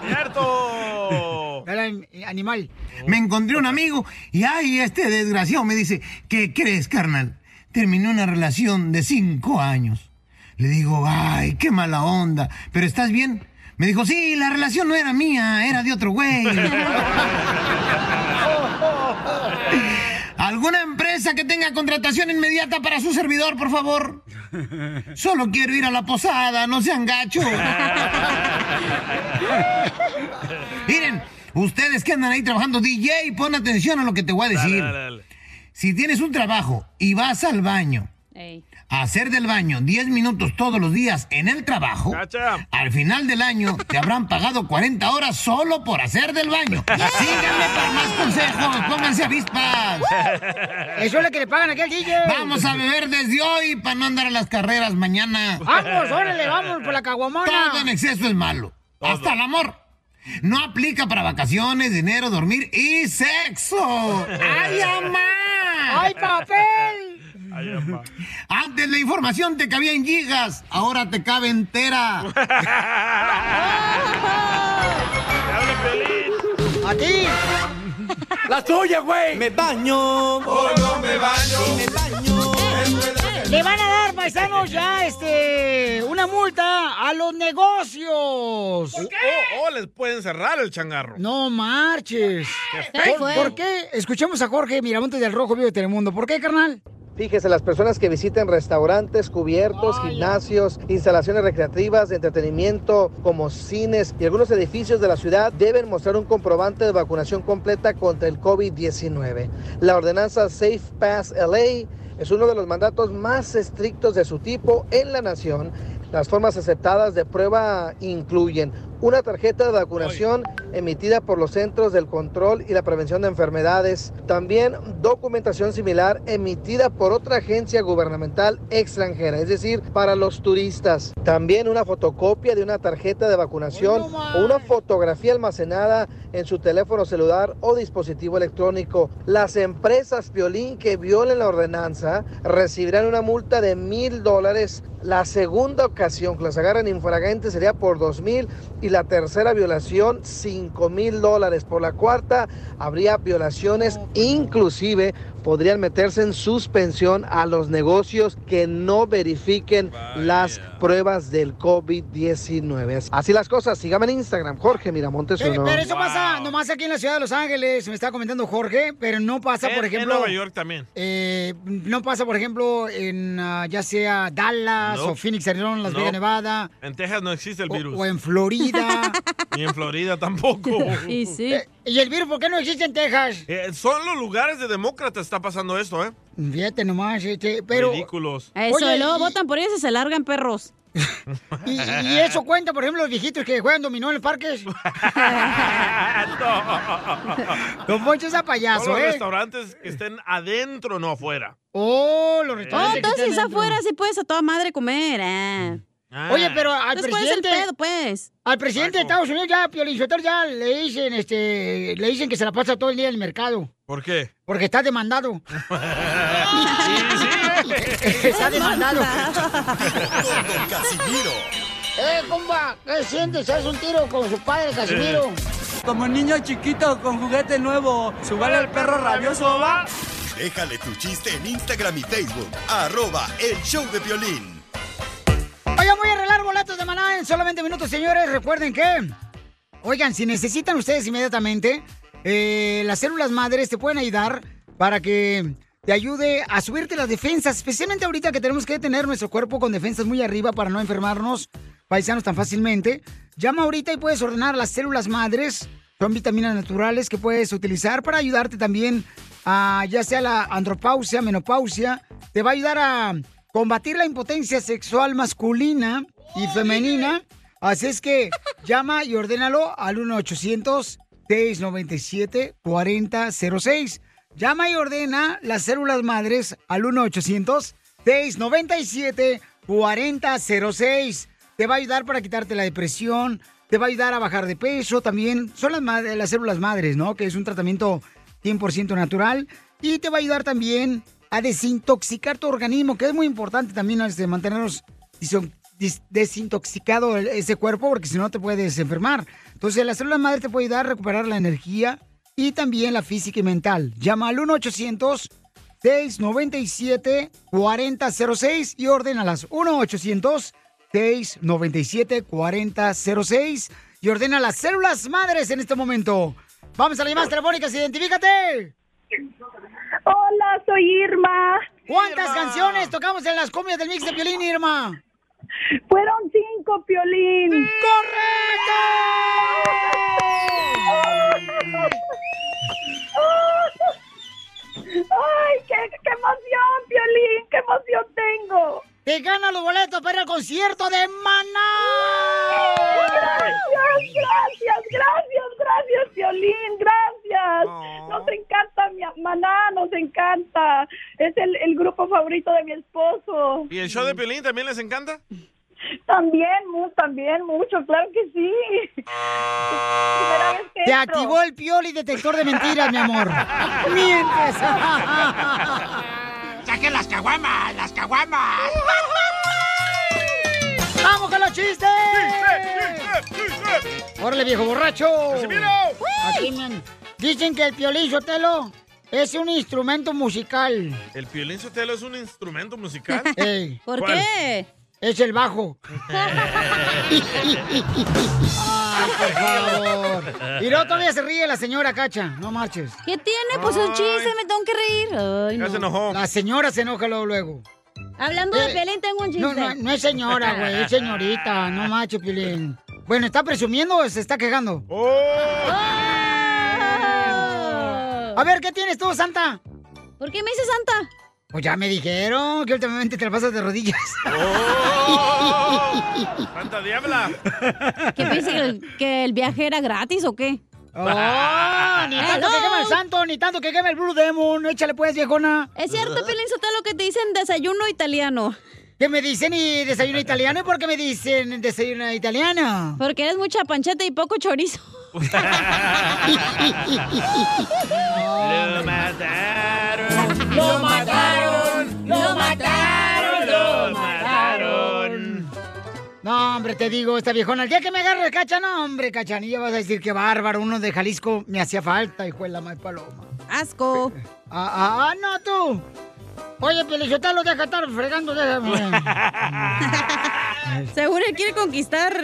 Speaker 3: ¡Cierto!
Speaker 4: animal.
Speaker 10: Me encontré un amigo y ay, este desgraciado me dice, ¿qué crees, carnal? Terminé una relación de cinco años. Le digo, ay, qué mala onda, pero ¿estás bien? Me dijo, sí, la relación no era mía, era de otro güey. ¿Alguna empresa que tenga contratación inmediata para su servidor, por favor? Solo quiero ir a la posada, no sean gachos. Miren, ustedes que andan ahí trabajando, DJ, pon atención a lo que te voy a decir. Si tienes un trabajo y vas al baño a hacer del baño 10 minutos todos los días en el trabajo, al final del año te habrán pagado 40 horas solo por hacer del baño. Síganme para más consejos, pónganse avispas.
Speaker 4: Eso es lo que le pagan aquí al DJ.
Speaker 10: Vamos a beber desde hoy para no andar a las carreras mañana.
Speaker 4: Vamos, órale, vamos por la caguamona.
Speaker 10: Todo en exceso es malo. Hasta el amor. No aplica para vacaciones, dinero, dormir y sexo. ¡Ay, mamá!
Speaker 4: ¡Ay, papel!
Speaker 10: Antes la información te cabía en gigas, ahora te cabe entera.
Speaker 4: ¡A ti!
Speaker 10: ¡La tuya, güey!
Speaker 1: Me baño. O Oh, no me baño.
Speaker 4: Le van a dar, paisanos, ya este, una multa a los negocios.
Speaker 3: O, o les pueden cerrar el changarro.
Speaker 4: No marches.
Speaker 3: feo.
Speaker 4: ¿Por, por qué? Escuchemos a Jorge Miramontes del Rojo Vivo de Telemundo. ¿Por qué, carnal?
Speaker 6: Fíjese, las personas que visiten restaurantes, cubiertos, gimnasios, instalaciones recreativas, de entretenimiento, como cines y algunos edificios de la ciudad, deben mostrar un comprobante de vacunación completa contra el COVID-19. La ordenanza Safe Pass LA es uno de los mandatos más estrictos de su tipo en la nación. Las formas aceptadas de prueba incluyen una tarjeta de vacunación emitida por los Centros del Control y la Prevención de Enfermedades, también documentación similar emitida por otra agencia gubernamental extranjera, es decir, para los turistas, también una fotocopia de una tarjeta de vacunación o una fotografía almacenada en su teléfono celular o dispositivo electrónico. Las empresas Piolín que violen la ordenanza recibirán una multa de mil dólares la segunda ocasión que las agarran infragante sería por $2,000 mil y la tercera violación $5,000 mil dólares. Por la cuarta habría violaciones, inclusive podrían meterse en suspensión a los negocios que no verifiquen las pruebas del COVID-19. Así las cosas, síganme en Instagram, Jorge Miramontes
Speaker 4: Pero,
Speaker 6: uno.
Speaker 4: Eh, pero eso pasa nomás aquí en la ciudad de Los Ángeles, me está comentando Jorge, pero no pasa, por
Speaker 3: En-
Speaker 4: ejemplo.
Speaker 3: En Nueva York también.
Speaker 4: eh, no pasa, por ejemplo, en ah, ya sea Dallas
Speaker 3: Nope.
Speaker 4: o Phoenix, Arizona, Las Vegas,
Speaker 3: Nope.
Speaker 4: Nevada,
Speaker 3: En Texas no existe el virus.
Speaker 4: o en Florida.
Speaker 3: Ni en Florida tampoco.
Speaker 4: Eh, ¿Y el virus por qué no existe en Texas?
Speaker 3: Eh, son los lugares de demócratas está pasando esto, ¿eh?
Speaker 4: Fíjate nomás, este, pero...
Speaker 3: Ridículos.
Speaker 5: Eso,
Speaker 4: Oye,
Speaker 5: y luego
Speaker 4: y-
Speaker 5: votan por ellos y se largan perros.
Speaker 4: Y, y eso cuenta, por ejemplo, los viejitos que juegan dominó en el parque. Don Poncho es a
Speaker 3: Todos
Speaker 4: payaso,
Speaker 3: los
Speaker 4: ¿eh?
Speaker 3: restaurantes que estén adentro, no afuera.
Speaker 4: Oh, los
Speaker 5: Oh,
Speaker 4: restaurantes. que
Speaker 5: entonces si es
Speaker 4: están dentro.
Speaker 5: afuera, sí puedes a toda madre comer. ah.
Speaker 4: Oye, pero al
Speaker 5: Entonces, ¿cuál es el
Speaker 4: presidente.
Speaker 5: pedo, pues?
Speaker 4: Al presidente de Estados Unidos ya, Pio Linsotelo, ya le dicen, este, le dicen que se la pasa todo el día en el mercado.
Speaker 3: ¿Por qué?
Speaker 4: Porque está demandado. está demandado.
Speaker 2: Casimiro.
Speaker 4: ¡Eh, compa! ¿Qué sientes? ¿Haz un tiro con su padre, Casimiro?
Speaker 3: Eh.
Speaker 12: Como niño chiquito con juguete nuevo, subale al perro rabioso, va.
Speaker 2: Déjale tu chiste en Instagram y Facebook. Arroba el show de violín.
Speaker 4: Oigan, voy a arreglar boletos de maná en solamente minutos, señores. Recuerden que. Oigan, si necesitan ustedes inmediatamente, eh, las células madres te pueden ayudar para que te ayude a subirte las defensas, especialmente ahorita que tenemos que tener nuestro cuerpo con defensas muy arriba para no enfermarnos paisanos tan fácilmente. Llama ahorita y puedes ordenar las células madres. Son vitaminas naturales que puedes utilizar para ayudarte también a ya sea la andropausia, menopausia. Te va a ayudar a combatir la impotencia sexual masculina y femenina. Así es que llama y ordénalo al 1-800-697-4006. Llama y ordena las células madres al 1-800-697-4006. Te va a ayudar para quitarte la depresión, te va a ayudar a bajar de peso también. Son las, ma- las células madres, ¿no? Que es un tratamiento 100% natural y te va a ayudar también a desintoxicar tu organismo, que es muy importante también este, mantenernos diso- dis- desintoxicado el- ese cuerpo porque si no te puedes enfermar. Entonces, la célula madre te puede ayudar a recuperar la energía y también la física y mental. Llama al 1-800 697 4006 y ordénalas 1-800 697 4006 y ordena las células madres en este momento. Vamos a las llamadas telefónicas, identifícate.
Speaker 8: Hola, soy Irma.
Speaker 4: ¿Cuántas canciones tocamos en las cumbias del mix de Piolín, Irma?
Speaker 8: Fueron cinco, Piolín.
Speaker 4: ¡Correcto!
Speaker 8: ¡Ay, qué, qué emoción, Piolín! ¡Qué emoción tengo!
Speaker 4: ¡Te gana los boletos para el concierto de Maná!
Speaker 8: Gracias, gracias, gracias, gracias, Piolín, gracias. Nos encanta, mi maná, nos encanta. Es el, el grupo favorito de mi esposo.
Speaker 3: ¿Y el show de Pelín también les encanta?
Speaker 8: También, mu- también, mucho, claro que sí. Primera vez que
Speaker 4: Te
Speaker 8: entro.
Speaker 4: activó el pioli detector de mentiras, mi amor. Mientras.
Speaker 1: ¡Saquen las caguamas! ¡Las caguamas!
Speaker 4: ¡Vamos con los chistes! ¡Órale, viejo borracho!
Speaker 1: ¡Casimiro!
Speaker 4: Aquí me- Dicen que el piolín sotelo es un instrumento musical.
Speaker 3: ¿El Piolín Sotelo es un instrumento musical?
Speaker 4: Ey.
Speaker 3: ¿Cuál?
Speaker 4: Es el bajo. Ay, por favor. Y luego todavía se ríe la señora Cacha, no marches.
Speaker 5: ¿Qué tiene? Pues un chiste, me tengo que reír. Ay, no.
Speaker 4: La señora se enoja luego. luego.
Speaker 5: Hablando de Pelín, tengo un chiste.
Speaker 4: No, no, no es señora, güey, es señorita, no macho, Piolín. Bueno, ¿está presumiendo o se está quejando? A ver, ¿qué tienes tú, Santa?
Speaker 5: ¿Por qué me dice Santa?
Speaker 4: Pues ya me dijeron que últimamente te la pasas de rodillas.
Speaker 3: ¡Santa Diabla!
Speaker 5: ¿Qué piensa que el, que el viaje era gratis o qué?
Speaker 4: ¡Oh! Ni tanto que
Speaker 5: Hello.
Speaker 4: quema el santo, ni tanto que quema el Blue Demon. Échale pues, viejona.
Speaker 5: Es cierto, Pelín Sotelo, que te dicen desayuno italiano.
Speaker 4: ¿Qué me dicen y desayuno italiano? ¿Y por qué me dicen desayuno italiano?
Speaker 5: Porque eres mucha pancheta y poco chorizo.
Speaker 1: Lo
Speaker 5: Ah,
Speaker 1: mataron. Lo mataron. Lo mataron. Lo mataron.
Speaker 4: No, hombre, te digo, esta viejona, el día que me agarre cacha, no, hombre, cachanilla, vas a decir que bárbaro, uno de Jalisco me hacía falta, hijo de la mal paloma.
Speaker 5: ¡Asco!
Speaker 4: Ah, ah, ah, no, tú. Oye, Pelizotelo, deja estar fregando, déjame.
Speaker 5: Seguro él quiere conquistar.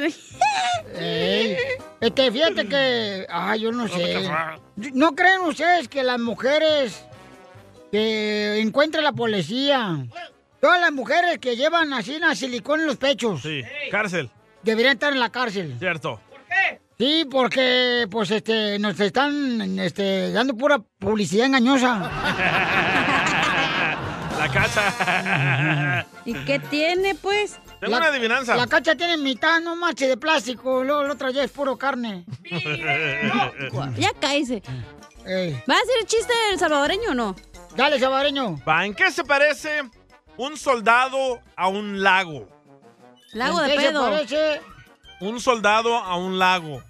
Speaker 4: Ey, este, fíjate que. Ah, yo no sé. ¿No creen ustedes que las mujeres que encuentra la policía, todas las mujeres que llevan así una silicón en los pechos,
Speaker 3: Sí, cárcel,
Speaker 4: deberían estar en la cárcel?
Speaker 3: cierto.
Speaker 4: Sí, porque pues este nos están este dando pura publicidad engañosa.
Speaker 3: La cacha.
Speaker 4: ¿Y qué tiene pues?
Speaker 3: Tengo una adivinanza.
Speaker 4: La cacha tiene mitad no marche de plástico, luego la otra ya es puro carne.
Speaker 5: Ya cállese. ¿Va a ser el chiste del salvadoreño o no?
Speaker 4: Dale, salvadoreño.
Speaker 3: Va, ¿en qué se parece un soldado a un lago?
Speaker 5: Lago de
Speaker 4: ¿En qué se
Speaker 5: pedo.
Speaker 4: parece?
Speaker 3: Un soldado a un lago.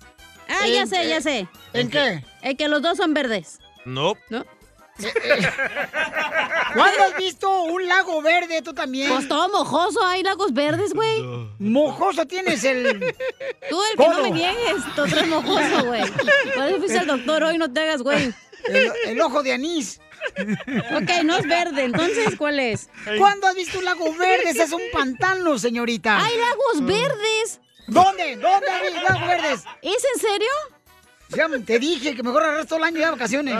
Speaker 5: Ah, ya sé, ya sé.
Speaker 4: ¿En qué?
Speaker 5: El que los dos son verdes.
Speaker 3: No.
Speaker 5: ¿No?
Speaker 4: ¿Cuándo has visto un lago verde tú también?
Speaker 5: Pues todo mojoso, hay lagos verdes, güey.
Speaker 4: Mojoso tienes el.
Speaker 5: Tú el que no
Speaker 4: codo.
Speaker 5: me niegues, tú eres mojoso, güey. Por eso fuiste al doctor hoy, no te hagas, güey.
Speaker 4: El, ojo de anís.
Speaker 5: Ok, no es verde, entonces, ¿cuál es?
Speaker 4: ¿Cuándo has visto un lago verde? Ese es un pantano, señorita.
Speaker 5: ¡Hay
Speaker 3: Ah.
Speaker 5: lagos verdes!
Speaker 4: ¿Dónde? ¿Dónde hay lagos verdes?
Speaker 5: ¿Es en serio?
Speaker 4: Ya te dije que mejor arrasto el año de vacaciones.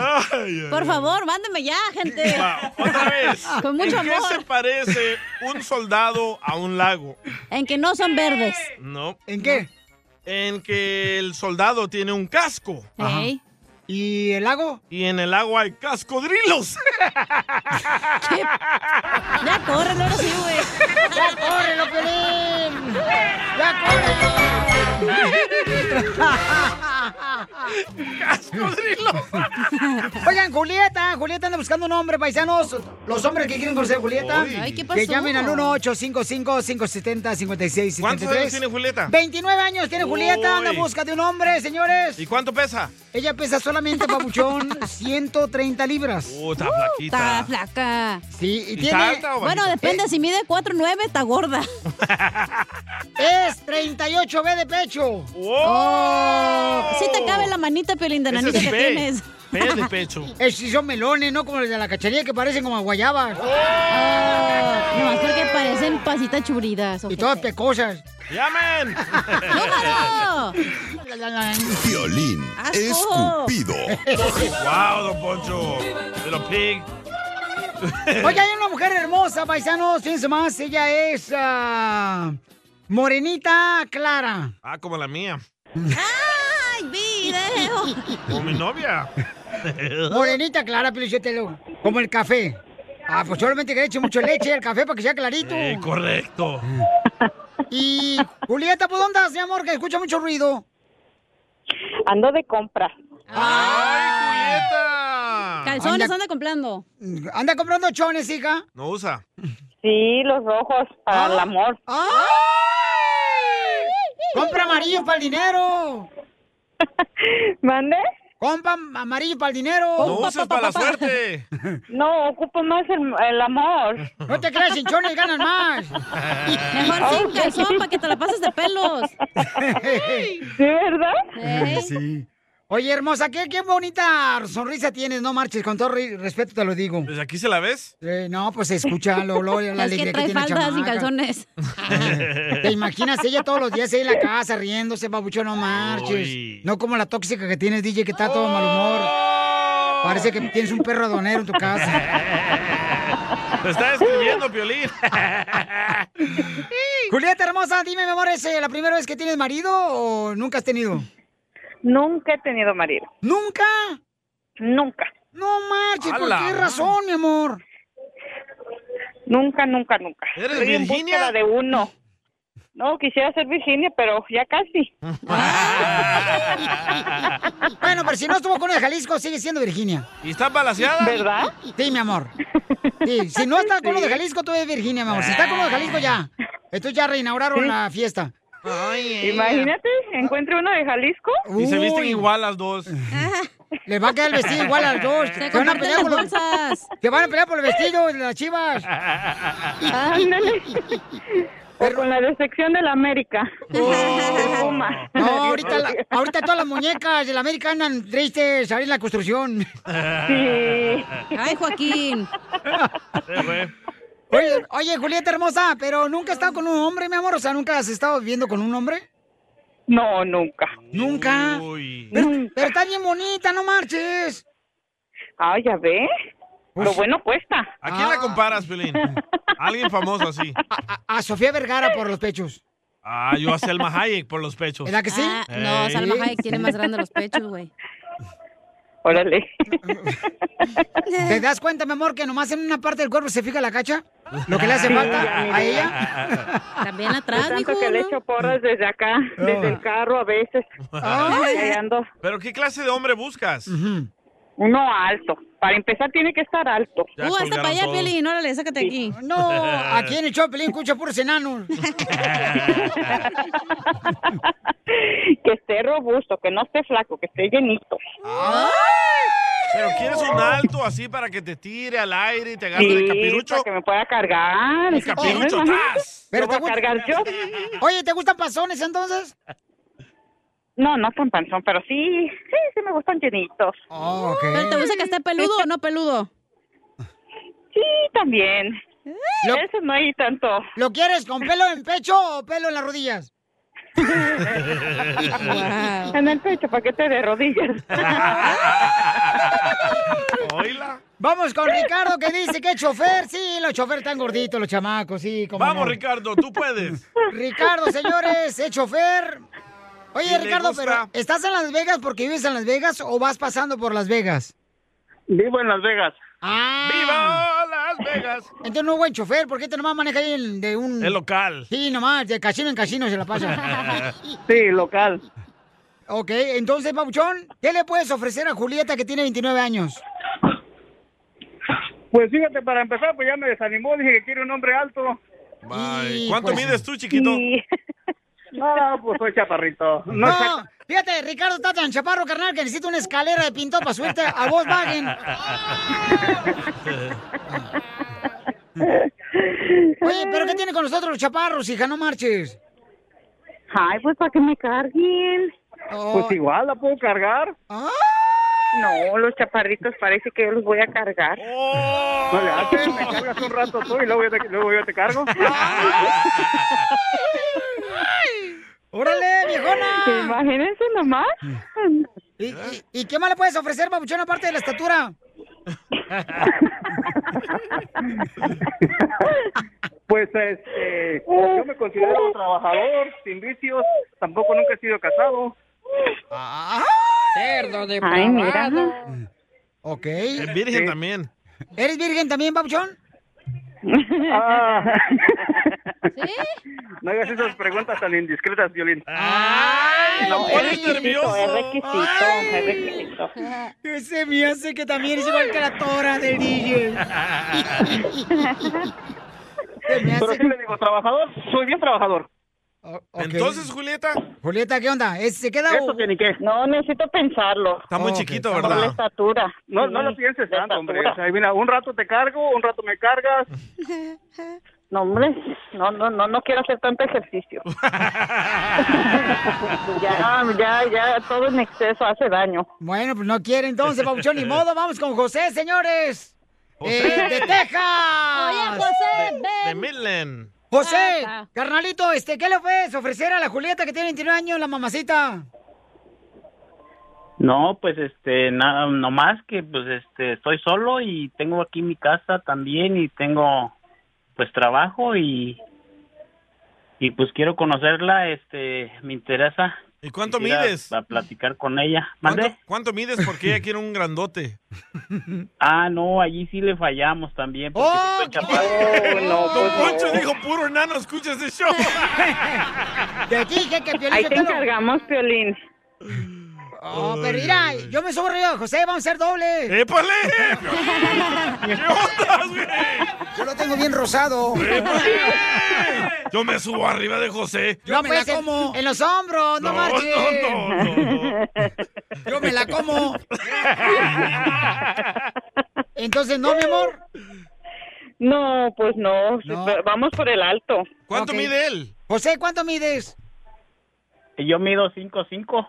Speaker 5: Por favor, mándeme ya, gente.
Speaker 3: Va, otra vez.
Speaker 5: Con mucho
Speaker 3: ¿En qué se
Speaker 5: amor.
Speaker 3: parece un soldado a un lago?
Speaker 5: En que no son verdes.
Speaker 3: No.
Speaker 4: ¿En qué?
Speaker 3: En que el soldado tiene un casco.
Speaker 5: Ey.
Speaker 4: ¿Y el lago?
Speaker 3: Y en el lago hay cascodrilos.
Speaker 5: Ya corre, no sí, güey.
Speaker 4: ¡Ya córrelo, Pelín! ¡Ya córrelo! Oigan, Julieta, Julieta anda buscando un hombre, paisanos. Los hombres que quieren conocer a Julieta.
Speaker 5: Ay. Ay, ¿qué pasó?
Speaker 4: Que llamen al 1-855-570-5673.
Speaker 3: ¿Cuántos años tiene Julieta?
Speaker 4: 29 años tiene Julieta. Anda
Speaker 3: Uy.
Speaker 4: en busca de un hombre, señores.
Speaker 3: ¿Y cuánto pesa?
Speaker 4: Ella pesa solamente, papuchón, 130 libras.
Speaker 3: Oh, está flaquita.
Speaker 5: Está flaca.
Speaker 4: Sí, y
Speaker 3: ¿Y
Speaker 4: tiene...
Speaker 3: está alta o ¿Eh?
Speaker 5: Bueno,
Speaker 3: bajita?
Speaker 5: depende, si mide 4'9, está gorda.
Speaker 4: Es 38B de pecho.
Speaker 5: Oh. Sí te cabe la manita, Piolín, de
Speaker 3: Ese
Speaker 5: nanita
Speaker 3: es
Speaker 5: que
Speaker 3: P.
Speaker 5: tienes.
Speaker 3: P de pecho.
Speaker 4: Eh, sí son melones, ¿no? Como los de la cachería que parecen como guayabas.
Speaker 5: Oh. Nomás porque parecen pasitas churidas.
Speaker 4: Y todas pecosas.
Speaker 3: ¡Llamen!
Speaker 2: Violín
Speaker 5: Asco.
Speaker 2: escupido.
Speaker 3: ¡Wow, don Poncho! Little pig.
Speaker 4: Oye, hay una mujer hermosa, paisanos. Fíjense más, ella es ah, Morenita Clara.
Speaker 3: Ah, como la mía.
Speaker 5: ¡Ay, Eh. video!
Speaker 3: Como mi novia.
Speaker 4: Morenita Clara, Pilichotelo. Como el café. Ah, pues solamente que le eche mucho leche al café para que sea clarito.
Speaker 3: Eh, correcto.
Speaker 4: Y Julieta, ¿por dónde andas, mi amor? Que escucha mucho ruido.
Speaker 13: Ando de compra.
Speaker 5: Calzones anda comprando.
Speaker 4: Anda comprando chones, hija. Ah.
Speaker 3: No usa.
Speaker 13: Sí, los ojos para el amor.
Speaker 4: Compra amarillo para el dinero.
Speaker 13: ¿Mande?
Speaker 4: Compra amarillo para el dinero.
Speaker 3: No uses para la suerte.
Speaker 13: No, ocupo más el, el amor.
Speaker 4: No te creas, hinchones ganan más.
Speaker 5: Mejor sin calzón para que te la pases de pelos.
Speaker 13: ¿Sí, verdad?
Speaker 4: Sí. Eh. Oye, hermosa, ¿qué, qué bonita sonrisa tienes, no marches, con todo ri- respeto te lo digo.
Speaker 3: ¿Desde aquí se la ves?
Speaker 4: Eh, no, pues escucha, lo, lo- la
Speaker 5: es
Speaker 4: alegría
Speaker 5: que
Speaker 4: que,
Speaker 5: trae
Speaker 4: tiene
Speaker 5: faldas y
Speaker 4: chamaca.
Speaker 5: calzones.
Speaker 4: ¿Te imaginas ella todos los días ahí en la casa riéndose, babucho, no marches?
Speaker 3: Uy.
Speaker 4: No como la tóxica que tienes, DJ, que está todo mal humor. Parece que tienes un perro donero en tu casa.
Speaker 3: Te está escribiendo, Piolín.
Speaker 4: Julieta, hermosa, dime, mi amor, ¿es eh, la primera vez que tienes marido o nunca has tenido?
Speaker 13: Nunca he tenido marido.
Speaker 4: ¿Nunca?
Speaker 13: Nunca.
Speaker 4: No marches, ¿por
Speaker 13: ¡Hala!
Speaker 4: qué razón, mi amor?
Speaker 13: Nunca, nunca, nunca.
Speaker 3: ¿Eres
Speaker 13: Estoy en
Speaker 3: Virginia?
Speaker 13: búsqueda de uno. No, quisiera ser Virginia, pero ya casi.
Speaker 4: Ah. Bueno, pero si no estuvo con el Jalisco, sigue siendo Virginia.
Speaker 3: ¿Y está balaseada?
Speaker 13: ¿Verdad?
Speaker 4: Sí, mi amor. Sí, si no está con lo de Jalisco, tú eres Virginia, mi amor. Si está con lo de Jalisco, ya. Entonces ya reinauguraron la fiesta.
Speaker 13: Imagínate, encuentre uno de Jalisco.
Speaker 3: Y se visten
Speaker 4: Uy.
Speaker 3: igual las dos.
Speaker 4: Le va a quedar el vestido igual a las dos.
Speaker 5: Se
Speaker 4: Te van a
Speaker 5: comparten
Speaker 4: pelear
Speaker 5: las
Speaker 4: por los-
Speaker 5: bolsas.
Speaker 4: te van a pelear por el vestido de las chivas.
Speaker 13: Ándale. O con la decepción de la América.
Speaker 4: No, ahorita, la- ahorita todas las muñecas de la América andan tristes ahí en la construcción.
Speaker 13: Sí.
Speaker 5: Ay, Joaquín.
Speaker 4: Oye, oye, Julieta hermosa, pero nunca has estado con un hombre, mi amor. O sea, nunca has estado viviendo con un hombre.
Speaker 13: No, nunca.
Speaker 4: Nunca.
Speaker 3: Uy.
Speaker 4: Pero, pero está bien bonita, no marches.
Speaker 13: Ah, ya ve. Lo bueno cuesta.
Speaker 3: ¿A quién la comparas, Piolín? Alguien famoso así.
Speaker 4: A Sofía Vergara por los pechos.
Speaker 3: Ah, yo a Selma Hayek por los pechos.
Speaker 4: ¿Verdad que sí?
Speaker 5: Ah, no,
Speaker 3: Ey.
Speaker 5: Salma Hayek tiene más grandes los pechos, güey.
Speaker 13: Órale.
Speaker 4: ¿Te das cuenta, mi amor, que nomás en una parte del cuerpo se fija la cacha? Lo que le hace falta a ella.
Speaker 5: También
Speaker 13: De
Speaker 5: atrás, mijo.
Speaker 13: tanto que le
Speaker 5: ¿no?
Speaker 13: echo porras desde acá, desde el carro a veces.
Speaker 3: Ah. Ay.
Speaker 13: Ahí ando.
Speaker 3: ¿Pero qué clase de hombre buscas?
Speaker 14: Uno alto. Para empezar tiene que estar alto.
Speaker 5: Uh, hasta para allá, Pelín, órale, sácate aquí.
Speaker 4: No, aquí en el show, Pelín, escucha puros enanos.
Speaker 14: Este, Que esté robusto, que no esté flaco, que esté llenito.
Speaker 3: Pero quieres un alto así para que te tire al aire y te agarre el
Speaker 14: Sí,
Speaker 3: capirucho.
Speaker 14: para que me pueda cargar.
Speaker 3: El capirucho,
Speaker 14: Imagínate,
Speaker 3: ¡zas!
Speaker 14: ¿lo voy a cargar yo?
Speaker 4: Oye, ¿te gustan pasones entonces?
Speaker 14: No, no tan panzón, pero sí, sí, sí me gustan llenitos.
Speaker 5: ¿Pero te gusta que esté peludo o no peludo?
Speaker 14: Sí, también.
Speaker 5: Eh.
Speaker 14: Eso no hay tanto.
Speaker 4: ¿Lo quieres con pelo en pecho o pelo en las rodillas?
Speaker 14: En el pecho, paquete de rodillas.
Speaker 4: Vamos con Ricardo que dice que es chofer. Sí, los choferes están gorditos, los chamacos, sí. cómo
Speaker 3: Vamos,
Speaker 4: no.
Speaker 3: Ricardo, tú puedes.
Speaker 4: Ricardo, señores, es chofer.
Speaker 3: Y
Speaker 4: Oye,
Speaker 3: le
Speaker 4: Ricardo,
Speaker 3: gusta.
Speaker 4: pero ¿estás en Las Vegas porque vives en Las Vegas o vas pasando por Las Vegas?
Speaker 9: Vivo en Las Vegas.
Speaker 4: ¡Viva Las Vegas! Entonces no es buen chofer, ¿por qué te nomás maneja ahí en- de un...
Speaker 3: Es local.
Speaker 4: Sí, nomás, de casino en casino se la pasa.
Speaker 9: Sí, local.
Speaker 4: ok, entonces, Pabuchón, ¿qué le puedes ofrecer a Julieta que tiene 29 años?
Speaker 9: Pues fíjate, para empezar, pues ya me desanimó. Dije que quiere un hombre alto.
Speaker 3: Bye. ¿Cuánto mides tú, chiquito?
Speaker 9: No, pues soy chaparrito. No,
Speaker 4: No, fíjate, Ricardo está tan chaparro, carnal, que necesita una escalera de pintor para subirte a Volkswagen. Oye, ¿pero qué tiene con nosotros los chaparros, hija? No marches.
Speaker 14: Ay, pues para que me carguen.
Speaker 3: Oh.
Speaker 9: Pues igual la puedo cargar.
Speaker 14: No, los chaparritos parece que yo los voy a cargar.
Speaker 9: No le haces, me cargas un rato tú y luego yo te, luego yo te cargo.
Speaker 4: ¡Órale, viejona!
Speaker 14: Imagínense nomás.
Speaker 4: ¿Y, y, y qué más le puedes ofrecer, babuchón, aparte de la estatura?
Speaker 9: Pues este, yo me considero un trabajador, sin vicios. Tampoco nunca he sido casado.
Speaker 3: Ah.
Speaker 4: Cerdo de
Speaker 9: Ay, mira.
Speaker 4: Ok.
Speaker 3: Es virgen
Speaker 9: Sí.
Speaker 3: también.
Speaker 4: ¿Eres virgen también, babuchón?
Speaker 9: Ah. No hagas esas preguntas tan indiscretas, Violín.
Speaker 4: No,
Speaker 9: pones
Speaker 4: es
Speaker 9: nervioso.
Speaker 4: requisito, es requisito. Ese me hace que también es igual que la tora del DJ.
Speaker 9: Pero sí le digo, trabajador, soy bien trabajador.
Speaker 3: Entonces, Julieta.
Speaker 4: Julieta, ¿qué onda? ¿Es- ¿Se queda
Speaker 9: Eso tiene que.
Speaker 14: No, necesito pensarlo.
Speaker 3: Está muy chiquito,
Speaker 14: Por
Speaker 3: ¿verdad?
Speaker 14: la estatura.
Speaker 9: No, no
Speaker 14: Sí,
Speaker 9: lo pienses
Speaker 14: la
Speaker 9: tanto, hombre.
Speaker 14: estatura.
Speaker 9: O sea, mira, un rato te cargo, un rato me cargas.
Speaker 14: No, hombre, no, no, no, no quiero hacer tanto ejercicio. ya, ya, ya, todo en exceso hace daño.
Speaker 4: Bueno, pues no quiere entonces, babuchón, ni modo. Vamos con José, señores. Eh, de Texas.
Speaker 5: Oye, José, ven.
Speaker 3: De Midland.
Speaker 4: José, carnalito, este, ¿qué le puedes ofrecer a la Julieta que tiene 29 años, la mamacita?
Speaker 15: No, pues este, nada, nomás que pues este, estoy solo y tengo aquí mi casa también y tengo pues trabajo y y pues quiero conocerla, este, me interesa.
Speaker 3: ¿Y cuánto
Speaker 15: Quisiera
Speaker 3: mides?
Speaker 15: A platicar con ella.
Speaker 3: ¿Cuánto,
Speaker 15: ¿Mande?
Speaker 3: cuánto mides? Porque ella quiere un grandote.
Speaker 15: Ah, no, allí sí le fallamos también porque
Speaker 3: ¡Oh!
Speaker 15: sí soy chaparro.
Speaker 4: pues
Speaker 3: Don
Speaker 15: pues,
Speaker 3: Poncho dijo puro enano, escucha ese show.
Speaker 4: Te dije que Piolín
Speaker 14: Ahí te
Speaker 4: Sotelo-
Speaker 14: encargamos, Piolín.
Speaker 4: Oh, pero mira, yo me subo arriba, de José, vamos a ser doble.
Speaker 3: ¡Épale!
Speaker 4: ¿Qué onda, Yo lo tengo bien rosado.
Speaker 3: Yo me subo arriba de José.
Speaker 4: No, pues, en- En, los hombros, no,
Speaker 3: No,
Speaker 4: marches.
Speaker 3: no,
Speaker 4: Yo me la como. Entonces, ¿no, mi amor?
Speaker 14: No, pues no, vamos por el alto.
Speaker 3: ¿Cuánto
Speaker 4: Ok.
Speaker 3: mide él?
Speaker 4: José, ¿cuánto mides?
Speaker 15: Yo mido 5'5". Cinco,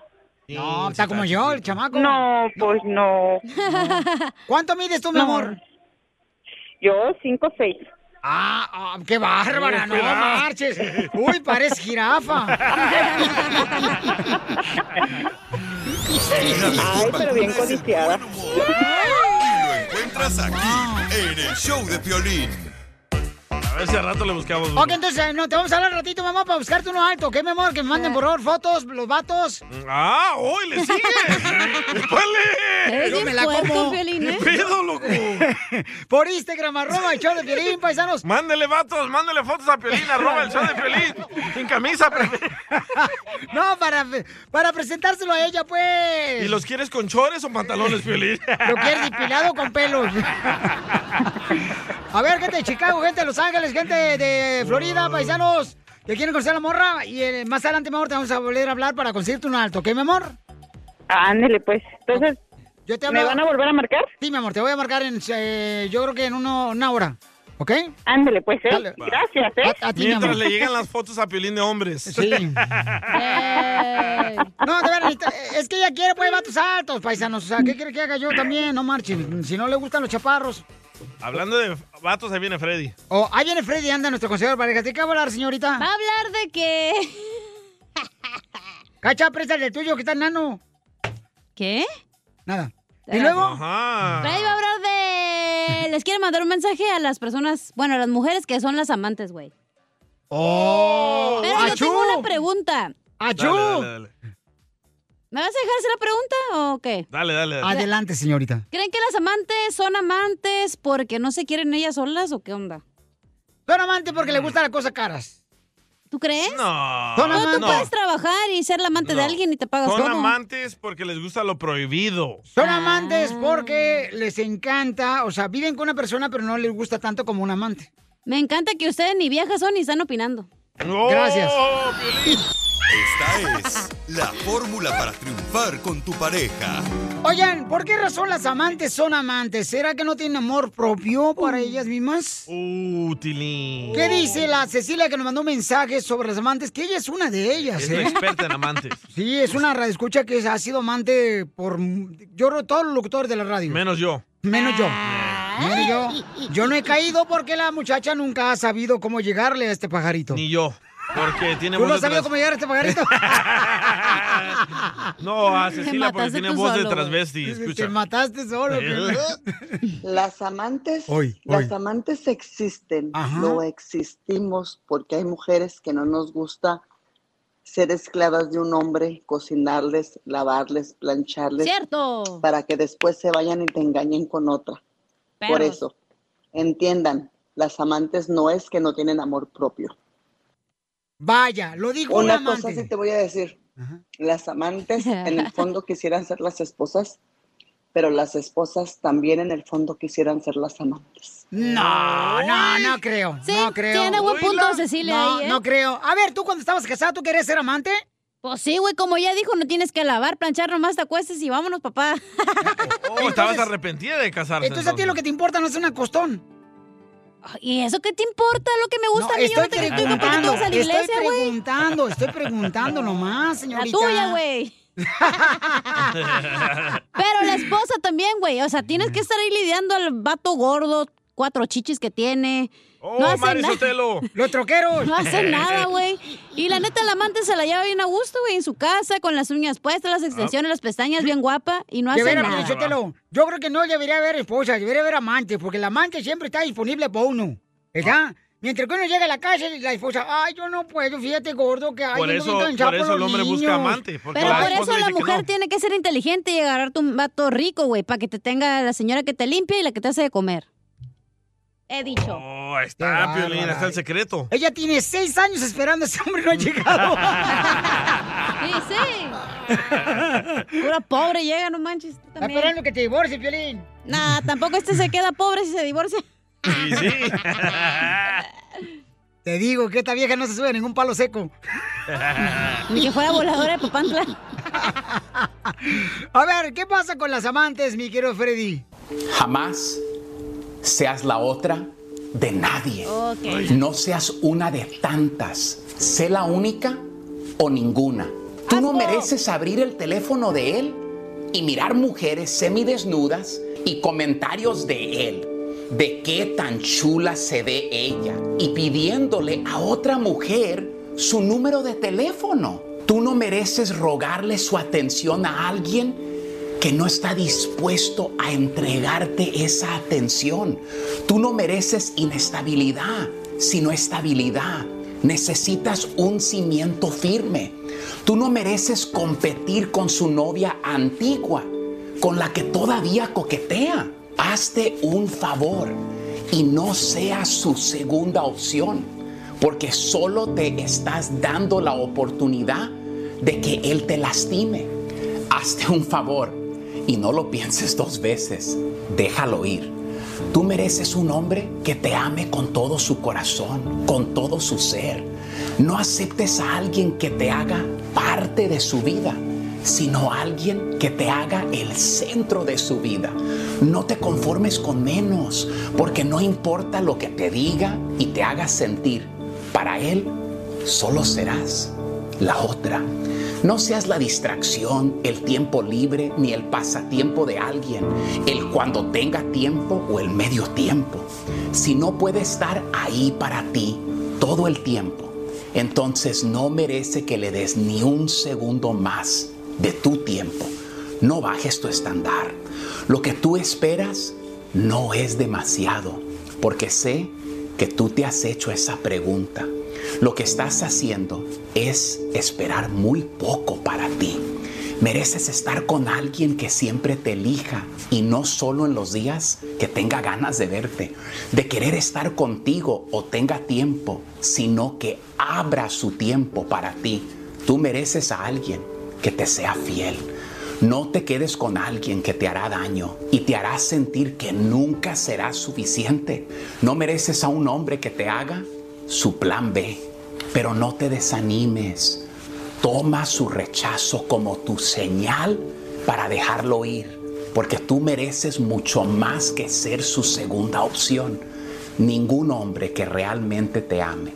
Speaker 4: No, está como yo, el chamaco.
Speaker 14: No, pues no.
Speaker 4: ¿Cuánto mides tú, mi amor?
Speaker 14: Yo, 5'6".
Speaker 4: Ah, ah, qué bárbara, no
Speaker 14: Cuidado.
Speaker 4: marches. Uy, pareces jirafa.
Speaker 14: Ay, pero bien codiciada.
Speaker 2: Lo encuentras aquí, en el show de Piolín.
Speaker 3: A ver si al rato le buscamos. uno.
Speaker 4: Ok, entonces, eh, no, te vamos a hablar ratito, mamá, para buscarte uno alto, ¿ok, mi amor? Que me manden, por favor, fotos, los vatos.
Speaker 3: ¡Ah! ¡Hoy le sigue! ¡Épale!
Speaker 4: Eres Yo bien me la puerco, como. Piolín, ¿eh?
Speaker 3: ¡Qué pedo, loco!
Speaker 4: por Instagram, arroba el show de Piolín, paisanos.
Speaker 3: Mándele vatos, mándele fotos a Piolín, arroba el show de Piolín. Sin camisa, prefe-
Speaker 4: No, para, para presentárselo a ella, pues.
Speaker 3: ¿Y los quieres con chores o pantalones, Piolín?
Speaker 4: Lo quieres depilado o con pelos. A ver, gente de Chicago, gente de Los Ángeles, gente de Florida, paisanos. ¿Te quieren conocer a la morra? Y eh, más adelante, mi amor, te vamos a volver a hablar para conseguirte un alto, ¿ok, mi amor?
Speaker 13: Ándele, pues. Entonces,
Speaker 4: Yo te
Speaker 13: ¿me
Speaker 4: hablo-
Speaker 13: van a volver a marcar?
Speaker 4: Sí, mi amor, te voy a marcar en, eh, yo creo que en uno- una hora, ¿ok?
Speaker 13: Ándele, pues, ¿eh?
Speaker 4: Dale.
Speaker 13: Gracias, ¿eh?
Speaker 4: A- a ti, mi
Speaker 3: Mientras
Speaker 4: amor.
Speaker 3: le llegan las fotos a Piolín de hombres.
Speaker 4: Sí. No, de verdad, es que ella quiere, pues, vatos altos, paisanos. O sea, ¿qué quiere que haga yo también? No marchen. Si no le gustan los chaparros.
Speaker 3: Hablando de vatos, ahí viene Freddy.
Speaker 4: Oh, ahí viene Freddy, anda nuestro consejero de parejas. ¿De qué va a hablar, señorita? ¿Va a hablar de qué? Cacha, préstale el tuyo, que está enano. ¿Qué? Nada. ¿Y luego?
Speaker 5: Freddy va a hablar de... Les quiero mandar un mensaje a las personas, bueno, a las mujeres que son las amantes, güey.
Speaker 4: ¡Oh!
Speaker 5: Pero yo
Speaker 4: ¡Achú!
Speaker 5: tengo una pregunta.
Speaker 4: ¡Achú!
Speaker 3: Dale, dale, dale.
Speaker 5: ¿Me vas a dejar hacer la pregunta o qué?
Speaker 3: Dale, dale, dale.
Speaker 4: Adelante, señorita.
Speaker 5: ¿Creen que las amantes son amantes porque no se quieren ellas solas o qué onda?
Speaker 4: Son amantes porque les gusta la cosa caras.
Speaker 5: ¿Tú crees?
Speaker 3: No.
Speaker 5: Pero tú
Speaker 3: no.
Speaker 5: puedes trabajar y ser la amante de
Speaker 3: No.
Speaker 5: alguien y te pagas
Speaker 3: Son
Speaker 5: todo.
Speaker 3: amantes porque les gusta lo prohibido.
Speaker 4: Son amantes porque les encanta, o sea, viven con una persona pero no les gusta tanto como un amante.
Speaker 5: Me encanta que ustedes ni viejas son ni están opinando.
Speaker 4: Gracias.
Speaker 3: Oh,
Speaker 2: Esta es la fórmula para triunfar con tu pareja.
Speaker 4: Oigan, ¿por qué razón las amantes son amantes? ¿Será que no tienen amor propio
Speaker 3: Uh.
Speaker 4: para ellas mismas?
Speaker 3: Útilín.
Speaker 4: ¿Qué dice la Cecilia que nos mandó mensajes sobre las amantes? Que ella es una de ellas,
Speaker 3: Es
Speaker 4: ¿eh?
Speaker 3: la experta en amantes.
Speaker 4: Sí, es una radioescucha que ha sido amante por, yo creo, todos los locutores de la radio.
Speaker 3: Menos yo.
Speaker 4: Menos yo. Menos yo. Yo no he caído porque la muchacha nunca ha sabido cómo llegarle a este pajarito.
Speaker 3: Ni yo. Porque tiene
Speaker 4: ¿Tú no
Speaker 3: voz
Speaker 4: has
Speaker 3: de
Speaker 4: sabido
Speaker 3: trans-
Speaker 4: cómo llegar a este pajarito?
Speaker 3: No, a
Speaker 4: Te
Speaker 3: Cecilia porque
Speaker 4: mataste
Speaker 3: tiene
Speaker 4: tú
Speaker 3: voz
Speaker 4: solo,
Speaker 3: de
Speaker 4: güey.
Speaker 3: transvesti. Escucha.
Speaker 4: Te mataste solo.
Speaker 3: Eh.
Speaker 16: Las amantes,
Speaker 3: Hoy,
Speaker 16: las
Speaker 3: hoy.
Speaker 16: amantes existen,
Speaker 4: Ajá.
Speaker 16: no existimos porque hay mujeres que no nos gusta ser esclavas de un hombre, cocinarles, lavarles, plancharles,
Speaker 5: Cierto.
Speaker 16: para que después se vayan y te engañen con otra. Por
Speaker 5: Perros.
Speaker 16: eso, entiendan, las amantes no es que no tienen amor propio.
Speaker 4: Vaya, lo dijo
Speaker 16: Una
Speaker 4: un
Speaker 16: cosa
Speaker 4: amante.
Speaker 16: sí te voy a decir. Las amantes en el fondo quisieran ser las esposas, pero las esposas también en el fondo quisieran ser las amantes.
Speaker 4: No, no, no creo. no creo.
Speaker 16: tiene buen punto
Speaker 4: Oíla.
Speaker 16: Cecilia
Speaker 4: no,
Speaker 16: ahí, ¿eh?
Speaker 4: No creo. A ver, tú cuando estabas casada, ¿tú querías ser amante?
Speaker 5: Pues sí, güey, como ya dijo, no tienes que lavar, planchar, nomás te acuestes y vámonos, papá.
Speaker 3: Oh, estabas arrepentida de casarte.
Speaker 4: Entonces a ti lo que te importa no es una costón.
Speaker 5: ¿Y eso qué te importa? Lo que me gusta a mí, yo
Speaker 4: estoy
Speaker 5: no te critico porque tú
Speaker 4: preguntando,
Speaker 5: vas a la
Speaker 4: estoy
Speaker 5: iglesia, güey.
Speaker 4: preguntando, estoy preguntando nomás,
Speaker 5: La
Speaker 4: señorita.
Speaker 5: tuya, güey. Pero la esposa también, güey. O sea, tienes que estar ahí lidiando al vato gordo, cuatro chichis que tiene.
Speaker 4: Oh,
Speaker 5: no hace
Speaker 3: Mari
Speaker 5: nada.
Speaker 3: Oh, Sotelo.
Speaker 4: Los troqueros.
Speaker 5: No hace nada, güey. Y la neta, la amante se la lleva bien a gusto, güey, en su casa, con las uñas puestas, las extensiones,
Speaker 3: Ah.
Speaker 5: las pestañas bien guapa y no hace
Speaker 4: Debería,
Speaker 3: pues,
Speaker 5: nada.
Speaker 4: Pio Sotelo, yo creo que no debería haber esposa, debería haber amante, porque el amante siempre está disponible para uno.
Speaker 3: Ah.
Speaker 4: ¿Verdad? Mientras que uno llega a la casa, la esposa, ay, yo no puedo, fíjate gordo que hay.
Speaker 3: Por eso- por eso el hombre busca amante, porque
Speaker 5: Pero
Speaker 3: la
Speaker 5: por
Speaker 3: esposa
Speaker 5: eso la
Speaker 3: dice que
Speaker 5: mujer
Speaker 3: no.
Speaker 5: tiene que ser inteligente y agarrar tu vato rico, güey, para que te tenga la señora que te limpia y la que te hace de comer. He dicho.
Speaker 3: Oh, ahí está, Piolín, ahí está el secreto.
Speaker 4: Ella tiene seis años esperando, ese hombre no ha llegado.
Speaker 5: Sí, sí. Pura pobre llega, no manches. tú también.
Speaker 4: esperando que te divorcie, Piolín.
Speaker 5: Nah, tampoco este se queda pobre si se divorcia.
Speaker 3: Sí, sí.
Speaker 4: Te digo que esta vieja no se sube a ningún palo seco.
Speaker 5: Ni que fuera voladora de Papantla.
Speaker 4: A ver, ¿qué pasa con las amantes, mi querido Freddy?
Speaker 17: Jamás seas la otra de nadie.
Speaker 4: Ok.
Speaker 17: No seas una de tantas. Sé la única o ninguna. Tú no mereces abrir el teléfono de él y mirar mujeres semidesnudas y comentarios de él. De qué tan chula se ve ella. Y pidiéndole a otra mujer su número de teléfono. Tú no mereces rogarle su atención a alguien que no está dispuesto a entregarte esa atención. Tú no mereces inestabilidad, sino estabilidad. Necesitas un cimiento firme. Tú no mereces competir con su novia antigua, con la que todavía coquetea. Ah, pagaste un favor y no seas su segunda opción, porque solo te estás dando la oportunidad de que Él te lastime. Hazte un favor y no lo pienses dos veces, déjalo ir. Tú mereces un hombre que te ame con todo su corazón, con todo su ser. No aceptes a alguien que te haga parte de su vida, sino a alguien que te haga el centro de su vida. No te conformes con menos, porque no importa lo que te diga y te haga sentir, para él solo serás la otra. No seas la distracción, el tiempo libre, ni el pasatiempo de alguien, el cuando tenga tiempo o el medio tiempo. Si no puede estar ahí para ti todo el tiempo, entonces no merece que le des ni un segundo más de tu tiempo. No bajes tu estándar. Lo que tú esperas no es demasiado, porque sé que tú te has hecho esa pregunta. Lo que estás haciendo es esperar muy poco para ti. Mereces estar con alguien que siempre te elija y no solo en los días que tenga ganas de verte, de querer estar contigo o tenga tiempo, sino que abra su tiempo para ti. Tú mereces a alguien que te sea fiel. No te quedes con alguien que te hará daño y te hará sentir que nunca será suficiente. No mereces a un hombre que te haga su plan B, pero no te desanimes. Toma su rechazo como tu señal para dejarlo ir, porque tú mereces mucho más que ser su segunda opción. Ningún hombre que realmente te ame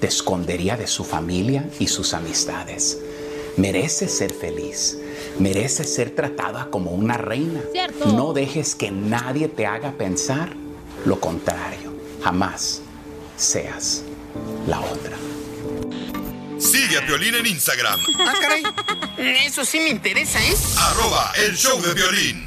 Speaker 17: te escondería de su familia y sus amistades. Mereces ser feliz, mereces ser tratada como una reina.
Speaker 5: Cierto.
Speaker 17: No dejes que nadie te haga pensar lo contrario. Jamás seas la otra.
Speaker 2: Sigue a Piolín en Instagram.
Speaker 10: Ah, caray. Eso sí me interesa, ¿eh?
Speaker 2: Arroba el show de violín.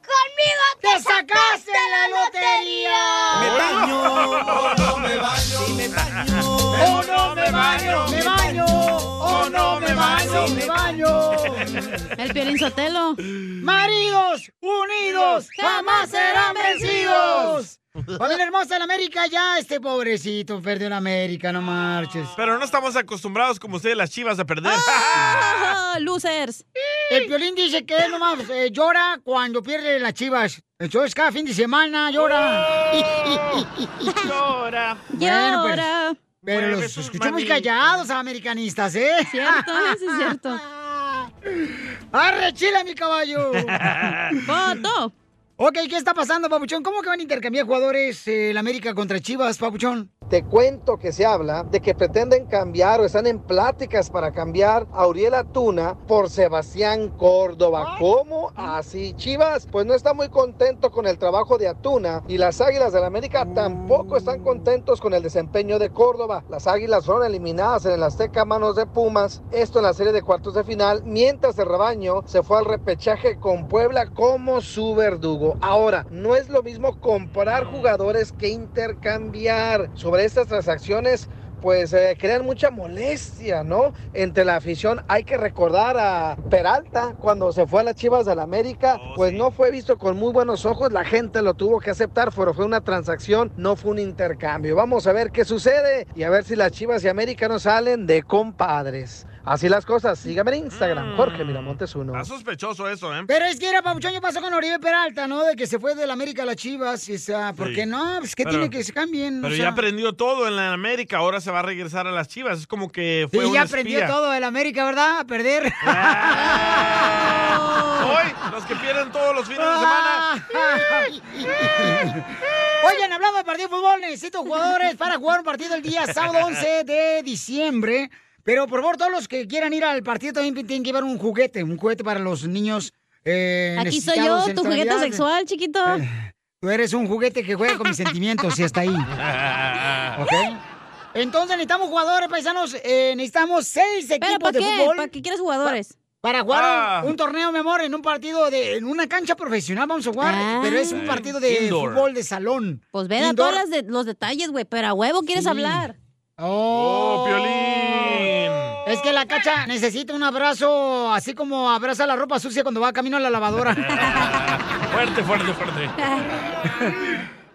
Speaker 1: ¡Conmigo
Speaker 4: te sacaste la lotería!
Speaker 1: ¡Me baño! ¡Oh, no me baño! ¡Me baño!
Speaker 4: ¡Oh, no me baño! ¡Me baño! ¡Oh, no me baño! ¡Me baño!
Speaker 5: El Piolín Sotelo.
Speaker 4: ¡Maridos unidos jamás serán vencidos! Familia hermosa, en América ya este pobrecito perdió en América, no marches.
Speaker 3: Pero no estamos acostumbrados como ustedes las chivas a perder.
Speaker 4: Ah. losers. El violín dice que él nomás eh, llora cuando pierde las chivas. Entonces cada fin de semana llora.
Speaker 3: llora.
Speaker 4: Bueno, pues,
Speaker 5: Llora.
Speaker 4: pero
Speaker 5: Mueve
Speaker 4: los
Speaker 5: sus
Speaker 4: escuchamos
Speaker 5: manitas.
Speaker 4: callados, americanistas, ¿eh?
Speaker 5: Cierto, eso es cierto.
Speaker 4: ¡Arre, chile, mi caballo!
Speaker 5: ¡Foto!
Speaker 4: Ok, ¿qué está pasando, Papuchón? ¿Cómo que van a intercambiar jugadores eh, el América contra Chivas, Papuchón?
Speaker 6: Te cuento que se habla de que pretenden cambiar o están en pláticas para cambiar a Uriel Atuna por Sebastián Córdoba. ¿Cómo? Así, Chivas, pues no está muy contento con el trabajo de Atuna y las Águilas del América tampoco están contentos con el desempeño de Córdoba. Las Águilas fueron eliminadas en el Azteca a manos de Pumas, esto en la serie de cuartos de final, mientras el rebaño se fue al repechaje con Puebla como su verdugo. Ahora, no es lo mismo comprar jugadores que intercambiar. Sobre estas transacciones, pues eh, crean mucha molestia, ¿no? Entre la afición. Hay que recordar a Peralta cuando se fue a las Chivas del América, pues no fue visto con muy buenos ojos. La gente lo tuvo que aceptar, pero fue una transacción, no fue un intercambio. Vamos a ver qué sucede y a ver si las Chivas y América no salen de compadres. Así las cosas. Sígame en Instagram, Jorge Miramontes 1.
Speaker 3: Sospechoso eso, ¿eh?
Speaker 4: Pero es que era Pabuchón, yo pasó con Oribe Peralta, ¿no? De que se fue de la América a las Chivas, y, o sea, ¿por
Speaker 3: Sí.
Speaker 4: qué no? Pues que
Speaker 3: Pero-
Speaker 4: tiene que se cambien.
Speaker 3: Pero
Speaker 4: o
Speaker 3: ya
Speaker 4: sea.
Speaker 3: aprendió todo en la América, ahora se va a regresar a las Chivas. Es como que fue
Speaker 4: Sí,
Speaker 3: un
Speaker 4: ya aprendió
Speaker 3: espía. Ah.
Speaker 4: todo el América, ¿verdad? A perder.
Speaker 3: Hoy, los que pierden todos los fines de semana.
Speaker 4: Oigan, hablando de partido de fútbol, necesito jugadores para jugar un partido el día sábado 11 de diciembre. Pero por favor, todos los que quieran ir al partido también tienen que llevar un juguete, un juguete para los niños. eh,
Speaker 5: Aquí soy
Speaker 4: necesitados
Speaker 5: yo,
Speaker 4: en esta
Speaker 5: tu juguete
Speaker 4: Navidad.
Speaker 5: sexual, chiquito.
Speaker 3: Eh,
Speaker 4: Tú eres un juguete que juega con mis sentimientos y hasta ahí. ¿Ok? Entonces necesitamos jugadores, paisanos. eh, necesitamos seis equipos
Speaker 5: ¿pa'
Speaker 4: de
Speaker 5: qué?
Speaker 4: fútbol.
Speaker 5: ¿Pa' qué quieres jugadores?
Speaker 4: Pa- para jugar
Speaker 5: Ah.
Speaker 4: un, un torneo, mi amor, en un partido de. En una cancha profesional vamos a jugar,
Speaker 5: Ah.
Speaker 4: pero es un partido de
Speaker 5: Indoor.
Speaker 4: fútbol de salón.
Speaker 5: Pues ve a
Speaker 4: Indoor.
Speaker 5: todos las de- los detalles, güey, pero a huevo quieres
Speaker 4: Sí.
Speaker 5: hablar.
Speaker 4: Oh, Es que la cacha necesita un abrazo, así como abraza la ropa sucia cuando va camino a la lavadora.
Speaker 3: Fuerte, fuerte, fuerte.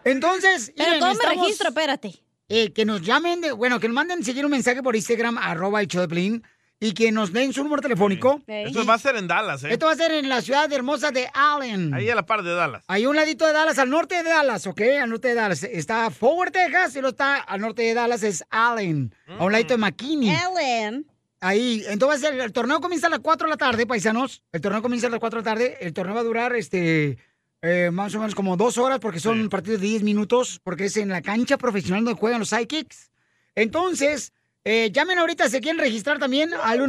Speaker 4: Entonces,
Speaker 5: Pero
Speaker 4: miren,
Speaker 5: ¿cómo me
Speaker 4: necesitamos,
Speaker 5: registro? Espérate.
Speaker 4: eh, que nos llamen, de- bueno, que nos manden seguir un mensaje por Instagram, arroba el show de Piolín, y que nos den su número telefónico.
Speaker 3: Esto va a ser en Dallas, ¿eh?
Speaker 4: Esto va a ser en la ciudad hermosa de Allen.
Speaker 3: Ahí a la par de Dallas.
Speaker 4: Hay un ladito de Dallas, al norte de Dallas, ¿ok? Al norte de Dallas. Está Forward, Texas, y lo está al norte de Dallas es Allen.
Speaker 3: Mm.
Speaker 4: A un ladito de McKinney. Allen. Ahí, entonces el, el torneo comienza a las 4 de la tarde, paisanos. El torneo comienza a las 4 de la tarde. El torneo va a durar, este, eh, más o menos como dos horas, porque son partidos de 10 minutos, porque es en la cancha profesional donde juegan los sidekicks. Entonces, eh, llamen ahorita, se quieren registrar también al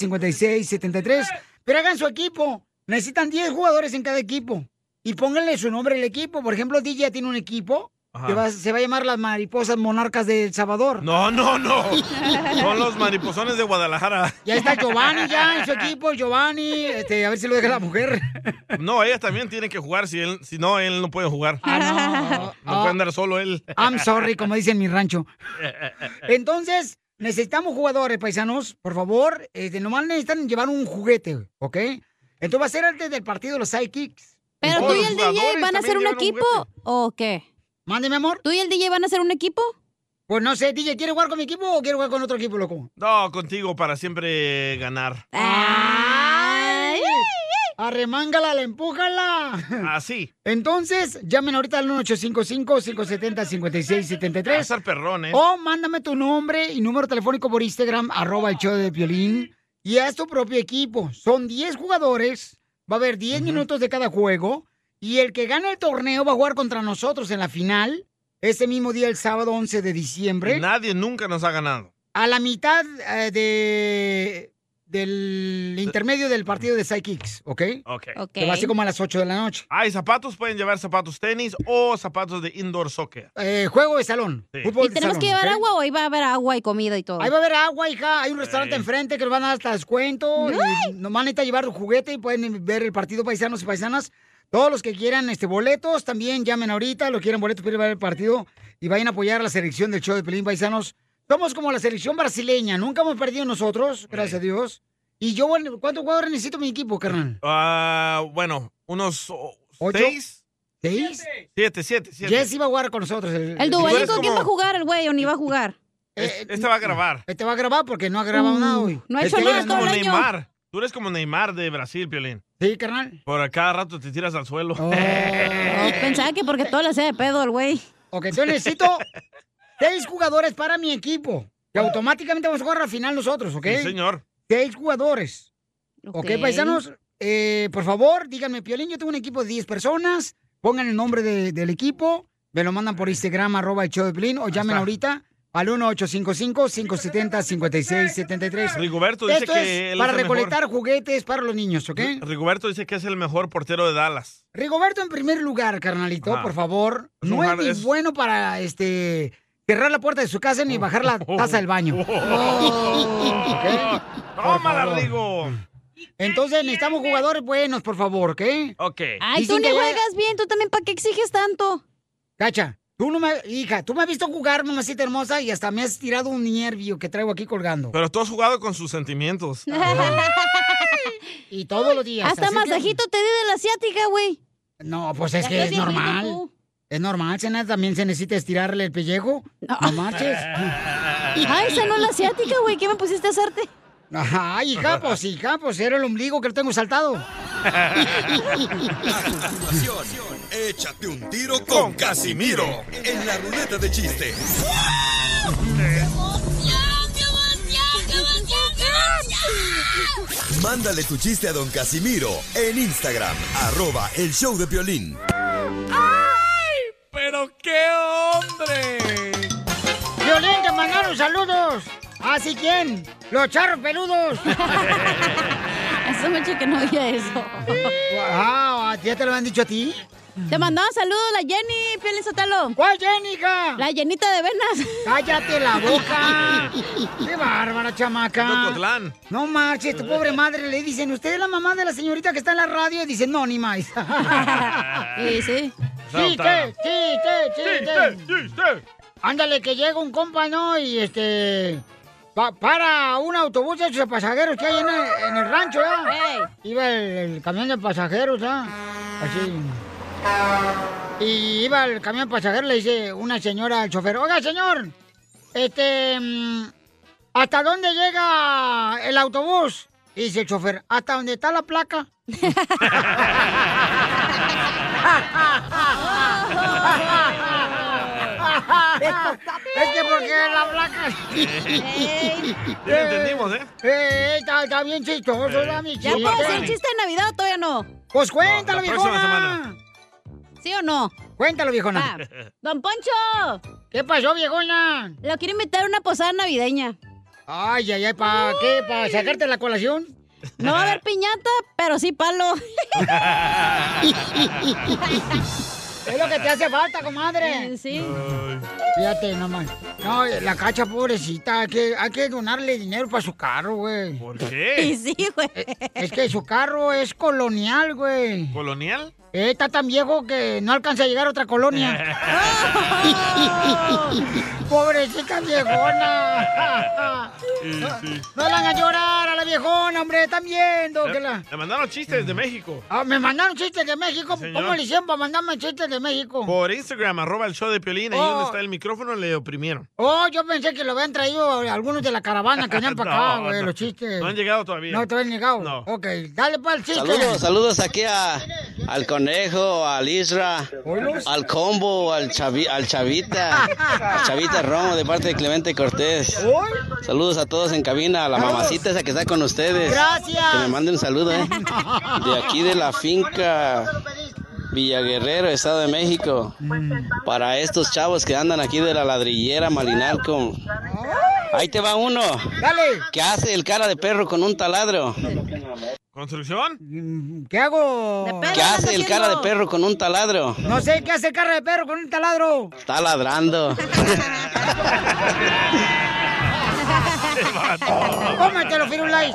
Speaker 4: 1855-570-5673. Pero hagan su equipo. Necesitan 10 jugadores en cada equipo. Y pónganle su nombre al equipo. Por ejemplo, DJ tiene un equipo
Speaker 3: Ajá.
Speaker 4: que va- se va a llamar las Mariposas Monarcas de El Salvador.
Speaker 3: No, no, no. Son los mariposones de Guadalajara.
Speaker 4: Ya está Giovanni ya en su equipo, Giovanni. Este, a ver si lo deja la mujer.
Speaker 3: No, ellas también tienen que jugar. Si, él, si no, él no puede jugar.
Speaker 4: Ah,
Speaker 3: no. puede andar solo él.
Speaker 4: I'm sorry, como dicen en mi rancho.
Speaker 3: Eh.
Speaker 4: Entonces, necesitamos jugadores, paisanos. Por favor, este, nomás necesitan llevar un juguete, ¿ok? Entonces va a ser antes del partido de los sidekicks.
Speaker 5: Pero tú y el DJ van a hacer un equipo o qué?
Speaker 4: Mándeme, amor.
Speaker 5: ¿Tú y el DJ van a hacer un equipo?
Speaker 4: Pues no sé, DJ, ¿quiere jugar con mi equipo o quiere jugar con otro equipo, loco?
Speaker 3: No, contigo para siempre ganar.
Speaker 4: Arremángala, la empújala.
Speaker 3: Así.
Speaker 4: Entonces, llamen ahorita al 1855-570-5673.
Speaker 3: Ser perrón, ¿eh?
Speaker 4: O mándame tu nombre y número telefónico por Instagram, arroba el show de violín. Y haz tu propio equipo. Son 10 jugadores. Va a haber 10 minutos de cada juego. Y el que gane el torneo va a jugar contra nosotros en la final. Ese mismo día, el sábado 11 de diciembre.
Speaker 3: Nadie nunca nos ha ganado.
Speaker 4: A la mitad eh, de, del intermedio del partido de Sidekicks, ¿ok?
Speaker 3: Ok.
Speaker 4: Que va así como a las 8 de la noche.
Speaker 3: Hay zapatos, pueden llevar zapatos tenis o zapatos de indoor soccer.
Speaker 4: Eh, juego de salón.
Speaker 3: Sí.
Speaker 4: Fútbol
Speaker 5: ¿Y
Speaker 4: de
Speaker 5: tenemos
Speaker 4: salón,
Speaker 5: que llevar
Speaker 4: ¿ok?
Speaker 5: agua o ahí va a haber agua y comida y todo?
Speaker 4: Ahí va a haber agua, hija. Hay un restaurante
Speaker 5: Ey.
Speaker 4: enfrente que nos van a dar hasta descuento. Y nomás necesita llevar un juguete y pueden ver el partido paisanos y paisanas. Todos los que quieran este boletos, también llamen ahorita. Los que quieran boletos para ir a ver el partido y vayan a apoyar a la selección del show de Pelín Paisanos. Somos como la selección brasileña. Nunca hemos perdido nosotros, gracias a Dios. Y yo, bueno, ¿cuántos jugadores necesito mi equipo, carnal?
Speaker 3: Ah, bueno, unos oh,
Speaker 4: ¿Ocho?
Speaker 3: seis.
Speaker 4: ¿Seis?
Speaker 3: Siete, siete, siete.
Speaker 4: Jesse va a jugar con nosotros.
Speaker 5: El
Speaker 3: duelito
Speaker 5: duelico, ¿quién va a jugar el güey o ni va a jugar?
Speaker 3: Este va a grabar.
Speaker 4: Este va a grabar porque no ha grabado
Speaker 5: Uh,
Speaker 4: nada hoy.
Speaker 5: no ha
Speaker 3: Tú eres como Neymar. Tú eres como Neymar de Brasil, Piolín.
Speaker 4: Sí, carnal. Oh.
Speaker 3: Por cada rato te tiras al suelo.
Speaker 5: No, pensaba que porque todo le hacía de pedo el güey.
Speaker 4: Ok, yo necesito seis jugadores para mi equipo. Que automáticamente vamos a jugar al final nosotros, ¿ok?
Speaker 3: Sí, señor.
Speaker 4: Seis jugadores. Ok,
Speaker 3: Ok.
Speaker 4: paisanos, eh, por favor, díganme, Piolín, yo tengo un equipo de 10 personas. Pongan el nombre de- del equipo. Me lo mandan por Instagram, arroba el show de Piolín, o llamen ahorita al 1-855-570-5673.
Speaker 3: Rigoberto dice
Speaker 4: Esto
Speaker 3: que
Speaker 4: es
Speaker 3: él
Speaker 4: para
Speaker 3: es el mejor.
Speaker 4: recolectar juguetes para los niños, ¿ok?
Speaker 3: Rigoberto dice que es el mejor portero de Dallas.
Speaker 4: Rigoberto en primer lugar, carnalito,
Speaker 3: Ajá.
Speaker 4: por favor.
Speaker 3: Es
Speaker 4: no
Speaker 3: un
Speaker 4: es
Speaker 3: hard-
Speaker 4: ni
Speaker 3: es-
Speaker 4: bueno para este cerrar la puerta de su casa ni bajar la taza del baño.
Speaker 3: Oh.
Speaker 4: ¿Ok? Por
Speaker 3: ¡Tómala,
Speaker 4: favor.
Speaker 3: Rigo!
Speaker 4: Entonces necesitamos jugadores buenos, por favor, ¿ok?
Speaker 3: Ok.
Speaker 5: Ay,
Speaker 4: Dicen
Speaker 5: tú ni
Speaker 4: que ya-
Speaker 5: juegas bien, tú también, ¿para qué exiges tanto?
Speaker 4: Cacha, tú no me, hija, tú me has visto jugar, mamacita hermosa, y hasta me has tirado un nervio que traigo aquí colgando.
Speaker 3: Pero tú has jugado con sus sentimientos.
Speaker 4: y todos los días.
Speaker 5: Hasta
Speaker 4: así que-
Speaker 5: masajito te di de la asiática, güey.
Speaker 4: No, pues es
Speaker 5: Ya
Speaker 4: que
Speaker 5: estás
Speaker 4: es
Speaker 5: bien viejito
Speaker 4: normal.
Speaker 5: tú.
Speaker 4: Es normal, Sena, también se necesita estirarle el pellejo. No, marches.
Speaker 5: Ay, esa no es la asiática, güey. ¿Qué me pusiste a hacerte?
Speaker 4: Ajá, hija, pues, hija, pues era el ombligo que lo tengo saltado.
Speaker 2: Continuación, échate un tiro con Casimiro en la ruleta de chistes. Mándale tu chiste a don Casimiro en Instagram, arroba el show de violín.
Speaker 3: ¡Ay! ¡Pero qué hombre!
Speaker 4: Violín, te mandaron saludos. ¿Así quién? Los charros peludos.
Speaker 5: Hace mucho que no oía eso.
Speaker 4: Wow, ¿ya te lo han dicho Ah, a ti?
Speaker 5: Te mandaba saludos la Jenny, Pielín Sotelo.
Speaker 4: ¿Cuál Jenny, hija?
Speaker 5: La llenita de venas.
Speaker 4: ¡Cállate la boca! ¡Qué bárbara, chamaca! No marches, tu pobre madre le dicen, usted es la mamá de la señorita que está en la radio y dicen, no, ni más.
Speaker 5: sí, sí.
Speaker 4: ¡Chiste, chiste, chiste! Ándale, que llega un compa, ¿no? Y este... pa- para un autobús de esos pasajeros que hay en el, en el rancho, ¿eh? Iba el, el camión de pasajeros, ¿ah? Así. Y iba el camión de pasajeros, le dice una señora al chofer, oiga, señor, este... mm, ¿Hasta dónde llega el autobús? Y dice el chofer, ¿hasta dónde está la placa? Es que porque la placa...
Speaker 3: Ya entendimos, ¿eh?
Speaker 4: Eh, está, está bien chistoso, da mi
Speaker 5: ¿Ya puedo hacer chiste de Navidad o todavía no?
Speaker 4: Pues cuéntalo,
Speaker 5: No, la próxima
Speaker 4: viejona.
Speaker 5: ¿Sí o no? Ah,
Speaker 4: Cuéntalo, viejona.
Speaker 5: Don Poncho.
Speaker 4: ¿Qué pasó, viejona?
Speaker 5: Lo quiero invitar a una posada navideña.
Speaker 4: Ay, ay, ay, ¿para qué? ¿Para sacarte la colación?
Speaker 5: No va a haber piñata, pero sí palo.
Speaker 4: Es lo que te hace falta, comadre.
Speaker 5: Sí.
Speaker 4: Fíjate nomás. No, la cacha, pobrecita, hay que, hay que donarle dinero para su carro, güey. ¿Por
Speaker 3: qué? Y sí,
Speaker 5: güey.
Speaker 4: Es que su carro es colonial, güey.
Speaker 3: ¿Colonial?
Speaker 4: Eh, está tan viejo que no alcanza a llegar a otra colonia. Pobrecita viejona. Ah, No la hagan llorar a la viejona, hombre. Están viendo que la...
Speaker 3: Le mandaron chistes de México.
Speaker 4: Ah, me mandaron chistes de México.
Speaker 3: señor.
Speaker 4: ¿Cómo le hicieron para mandarme chistes de México?
Speaker 3: Por Instagram, arroba el show de Piolín, ahí
Speaker 4: Oh.
Speaker 3: donde está el micrófono, le oprimieron.
Speaker 4: Oh, yo pensé que lo habían traído algunos de la caravana Ah, que venían para acá,
Speaker 3: No,
Speaker 4: güey,
Speaker 3: no.
Speaker 4: los chistes.
Speaker 3: No han llegado todavía.
Speaker 4: No, te han llegado.
Speaker 3: No.
Speaker 4: Ok, dale para el chiste.
Speaker 18: Saludos, saludos aquí a, al conejo, al Isra, al combo, al, Chavi- al Chavita, al Chavita Romo de parte de Clemente Cortés. Saludos a todos en cabina, a la mamacita esa que está con ustedes.
Speaker 4: Gracias.
Speaker 18: Que me manden saludos, ¿eh? De aquí de la finca Villaguerrero, Estado de México. Para estos chavos que andan aquí de la ladrillera Malinalco. Ahí te va uno.
Speaker 4: Dale.
Speaker 18: ¿Qué hace el cara de perro con un taladro?
Speaker 3: ¿Construcción?
Speaker 4: ¿Qué hago?
Speaker 18: ¿Qué hace el cara de perro con un taladro?
Speaker 4: No sé qué hace el carro de perro con un taladro.
Speaker 18: Está ladrando.
Speaker 4: Cómetelo, Firulais.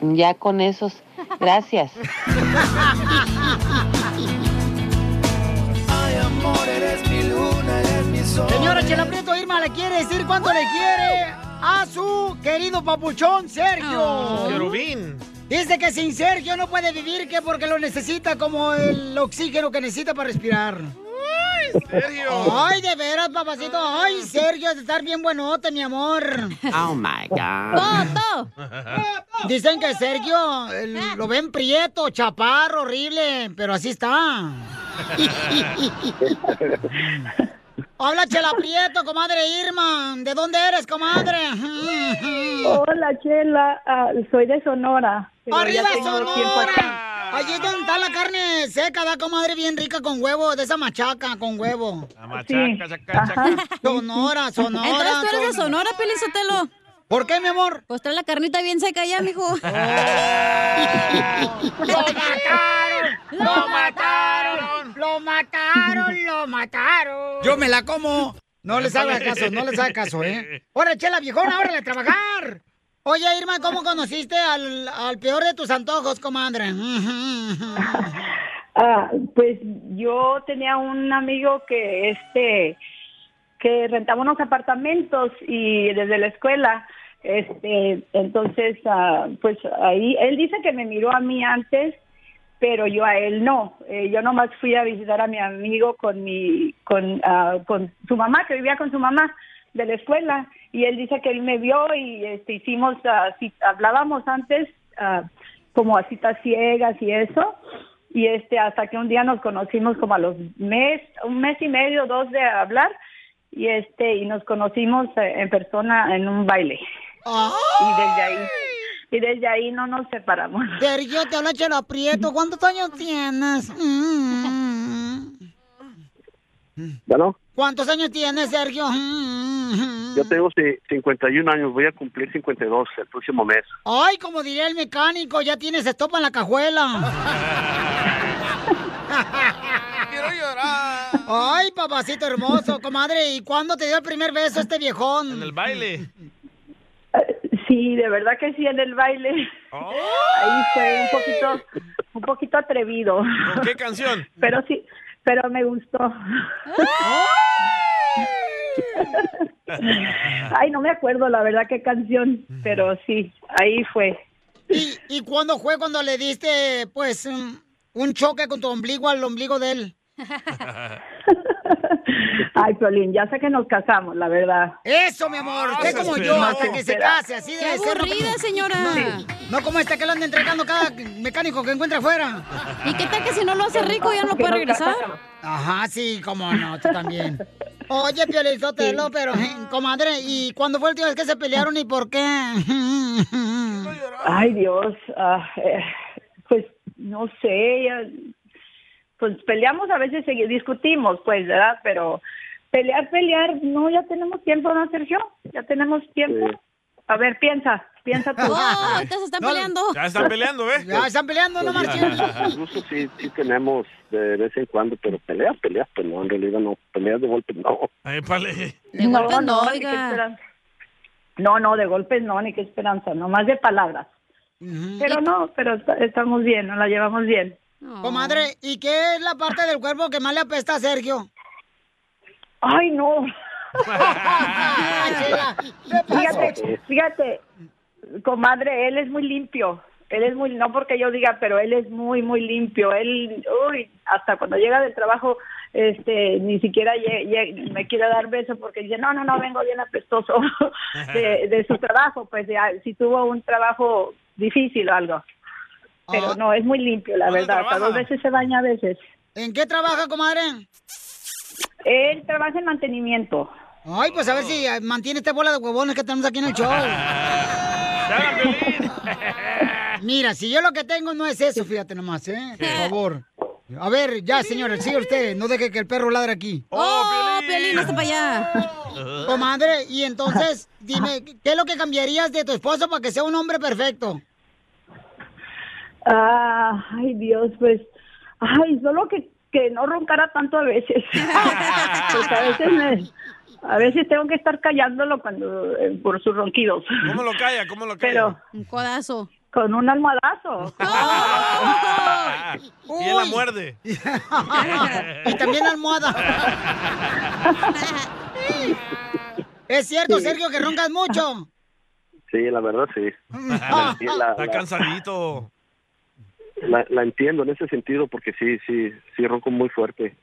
Speaker 7: Ya con esos. Gracias.
Speaker 4: Señora Chela Prieto, Irma le quiere decir cuánto le quiere a su querido papuchón Sergio.
Speaker 3: Querubín.
Speaker 4: Dice que sin Sergio no puede vivir, que porque lo necesita como el oxígeno que necesita para respirar.
Speaker 3: Sergio.
Speaker 4: Ay, de veras, papacito. Ay, Sergio, de estar bien buenote, mi amor.
Speaker 17: Oh my God.
Speaker 4: ¡Foto! Dicen que Sergio eh, lo ven prieto, chaparro, horrible, pero así está. Habla Chela Prieto, comadre Irma. ¿De dónde eres, comadre?
Speaker 14: Hola, Chela. Ah, soy de Sonora. pero ya
Speaker 4: ¡Arriba
Speaker 14: tengo tiempo acá.
Speaker 4: Sonora! Allí es donde está la carne seca, da comadre bien rica con huevo, de esa machaca con huevo.
Speaker 3: La machaca, chaca, chaca.
Speaker 4: Sonora, Sonora.
Speaker 5: Entonces tú eres de Sonora,
Speaker 4: Pelizotelo. ¿Por qué, mi amor?
Speaker 5: Pues trae la carnita bien seca ya, mijo.
Speaker 4: ¡Lo mataron! ¡Lo mataron! ¡Lo mataron! ¡Lo mataron! Yo me la como. No les haga caso, no les haga caso, ¿eh? ¡Ahora, chela viejona, órale a trabajar! Oye, Irma, ¿cómo conociste al, al peor de tus antojos, comadre?
Speaker 14: Ah, pues yo tenía un amigo que este que rentaba unos apartamentos y desde la escuela este entonces ah, pues ahí él dice que me miró a mí antes pero yo a él no Eh, yo nomás fui a visitar a mi amigo con mi con ah, con su mamá que vivía con su mamá de la escuela y él dice que él me vio y este hicimos ah, ci- hablábamos antes ah, como a citas ciegas y eso y este hasta que un día nos conocimos como a los mes un mes y medio dos de hablar y este y nos conocimos eh, en persona en un baile y desde ahí y desde ahí no nos separamos
Speaker 4: Sergio, te habla Chela Prieto. ¿Cuántos años tienes? Mm.
Speaker 19: Bueno,
Speaker 4: ¿Cuántos años tienes, Sergio? Mm.
Speaker 19: yo tengo ci- 51 años, voy a cumplir 52 el próximo mes.
Speaker 4: Ay, como diría el mecánico, ya tienes estopa en la cajuela. Quiero llorar. Ay, papacito hermoso, comadre, ¿y cuándo te dio el primer beso este viejón? En
Speaker 3: el baile.
Speaker 14: sí de verdad que sí en el baile ahí fue un poquito un poquito atrevido
Speaker 3: ¿Qué canción?
Speaker 14: pero sí pero me gustó ay no me acuerdo la verdad qué canción pero sí ahí fue
Speaker 4: ¿Y, y cuándo fue cuando le diste, pues, un, un choque con tu ombligo al ombligo de él?
Speaker 14: Ay, Piolín, ya sé que nos casamos, la verdad.
Speaker 4: Eso, mi amor, usted
Speaker 14: eso
Speaker 4: como
Speaker 14: Ah, sí.
Speaker 4: yo,
Speaker 14: No.
Speaker 4: hasta que se case, así
Speaker 5: Qué
Speaker 4: debe ser. no
Speaker 5: aburrida,
Speaker 4: como-
Speaker 5: señora.
Speaker 4: No, no como esta que lo anda entregando cada mecánico que encuentra afuera.
Speaker 5: ¿Y qué tal que si no lo hace rico ya no puede regresar?
Speaker 4: Ajá, sí, cómo no, tú también. Oye, Piolizotelo, pero, eh, comadre, ¿y cuándo fue el día que se pelearon y por qué?
Speaker 14: Ay, Dios, ah, eh, pues no sé, ya- pues peleamos a veces, segui- discutimos, pues, ¿verdad? Pero pelear, pelear, no, ya tenemos tiempo, ¿no, Sergio? Ya tenemos tiempo. A ver, piensa, piensa tú.
Speaker 5: Oh, ahorita se están peleando.
Speaker 3: Ya están peleando, ¿eh?
Speaker 4: Ya están peleando, no
Speaker 9: Pues,
Speaker 4: marchen.
Speaker 9: Incluso sí, sí tenemos de vez en cuando, pero peleas, peleas, pero no, en realidad no, peleas de golpe no.
Speaker 14: no,
Speaker 5: golpe no,
Speaker 14: ni
Speaker 5: oiga.
Speaker 14: que esperanza. No, no, de golpes no, ni qué esperanza, no más de palabras. Pero no, pero est- estamos bien, nos la llevamos bien.
Speaker 4: Comadre, ¿y qué es la parte del cuerpo que más le apesta a Sergio?
Speaker 14: Ay, no.
Speaker 4: Chela, ¿qué pasó?
Speaker 14: Fíjate, fíjate, comadre, él es muy limpio. Él es muy, no porque yo diga, pero él es muy, muy limpio. Él, uy, hasta cuando llega del trabajo, este, ni siquiera lle- lle- me quiere dar beso porque dice, no, no, no, vengo bien apestoso de, de su trabajo, pues de- si tuvo un trabajo difícil o algo. Pero no, es muy limpio, la
Speaker 4: Ah. ¿Dónde
Speaker 14: verdad. Hasta
Speaker 4: trabaja?
Speaker 14: dos veces se baña a veces.
Speaker 4: ¿En qué trabaja, comadre?
Speaker 14: Él trabaja en mantenimiento. Oh.
Speaker 4: Ay, pues a ver si eh, mantiene esta bola de huevones que tenemos aquí en el show. Mira, si yo lo que tengo no es eso, fíjate nomás, ¿eh? Por favor. A ver, ya, señores, sigue usted. No deje que el perro ladre aquí.
Speaker 5: ¡Oh, Piolín, hasta para allá!
Speaker 4: Comadre, y entonces, dime, ¿qué es lo que cambiarías de tu esposo para que sea un hombre perfecto?
Speaker 14: Ah, ay Dios, pues, ay, solo que, que no roncara tanto a veces.
Speaker 3: Ah.
Speaker 14: Pues a veces me- a veces tengo que estar callándolo cuando eh, por sus ronquidos.
Speaker 3: ¿Cómo lo calla? ¿Cómo lo calla?
Speaker 14: Pero
Speaker 5: Un codazo.
Speaker 14: con un almohadazo.
Speaker 3: Y él la muerde.
Speaker 4: y también la almohada. es cierto, Sergio, que roncas mucho.
Speaker 9: Sí, la verdad sí. La, enti- la-
Speaker 3: Está
Speaker 9: la-
Speaker 3: cansadito.
Speaker 9: la- la entiendo en ese sentido porque sí, sí, sí ronco muy fuerte.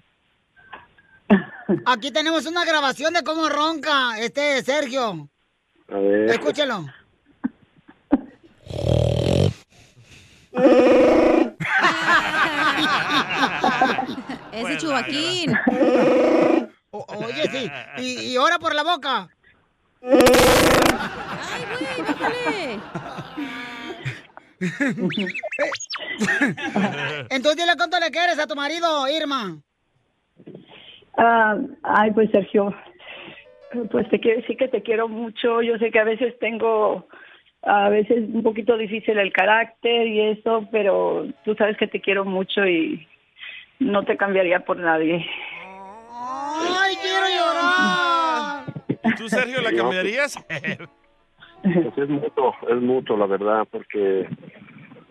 Speaker 4: Aquí tenemos una grabación de cómo ronca este Sergio.
Speaker 1: A ver.
Speaker 4: Escúchalo.
Speaker 5: Ese chubaquín.
Speaker 4: O- oye, sí. Y, y ahora por la boca. ¡Ay, güey! Entonces dile cuánto le quieres a tu marido, Irma.
Speaker 14: Ah, ay, pues Sergio, pues te quiero decir que te quiero mucho. Yo sé que a veces tengo, a veces un poquito difícil el carácter y eso, pero tú sabes que te quiero mucho y no te cambiaría por nadie.
Speaker 4: ¡Ay, quiero llorar!
Speaker 3: ¿Tú, Sergio, la
Speaker 19: No,
Speaker 3: cambiarías?
Speaker 19: Pues es mutuo, es mutuo, la verdad, porque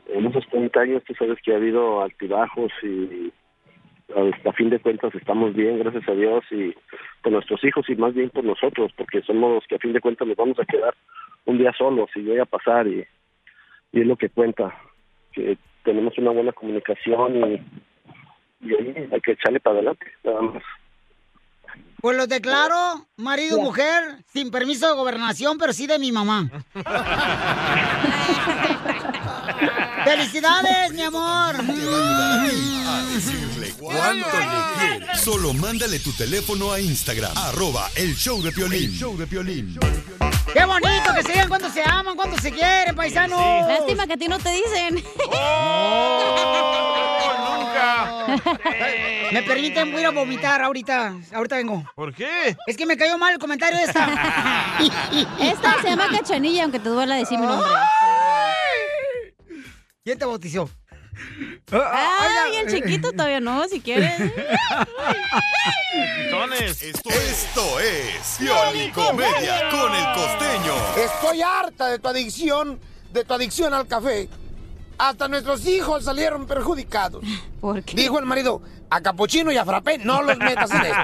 Speaker 19: en esos 30 años tú sabes que ha habido altibajos y a fin de cuentas estamos bien, gracias a Dios, y por nuestros hijos y más bien por nosotros, porque somos los que a fin de cuentas nos vamos a quedar un día solos y llega a pasar y, y es lo que cuenta, que tenemos una buena comunicación y, y ahí hay que echarle para adelante, nada más.
Speaker 4: Pues los declaro marido y mujer sin permiso de gobernación, pero sí de mi mamá. ¡Felicidades, mi amor!
Speaker 2: A decirle cuánto le quieres. Solo mándale tu teléfono a Instagram. Arroba el show de Piolín. El show de Piolín.
Speaker 4: ¡Qué bonito que se digan cuánto se aman, cuánto se quieren, paisanos!
Speaker 5: Lástima que a ti no te dicen.
Speaker 4: Oh. ¿Me permiten? Voy a ir a vomitar ahorita. Ahorita vengo.
Speaker 3: ¿Por qué?
Speaker 4: Es que me cayó mal el comentario de esta.
Speaker 5: Esta se llama cachanilla, aunque te duela decir mi nombre.
Speaker 4: ¿Quién te bautizó?
Speaker 5: Ay, el chiquito todavía no, si quieres.
Speaker 2: Esto es, esto es Piolín Comedia con el costeño.
Speaker 20: Estoy harta de tu adicción, de tu adicción al café. Hasta nuestros hijos salieron perjudicados.
Speaker 5: ¿Por qué?
Speaker 20: Dijo el marido, a capuchino y a frappé no los metas en esto.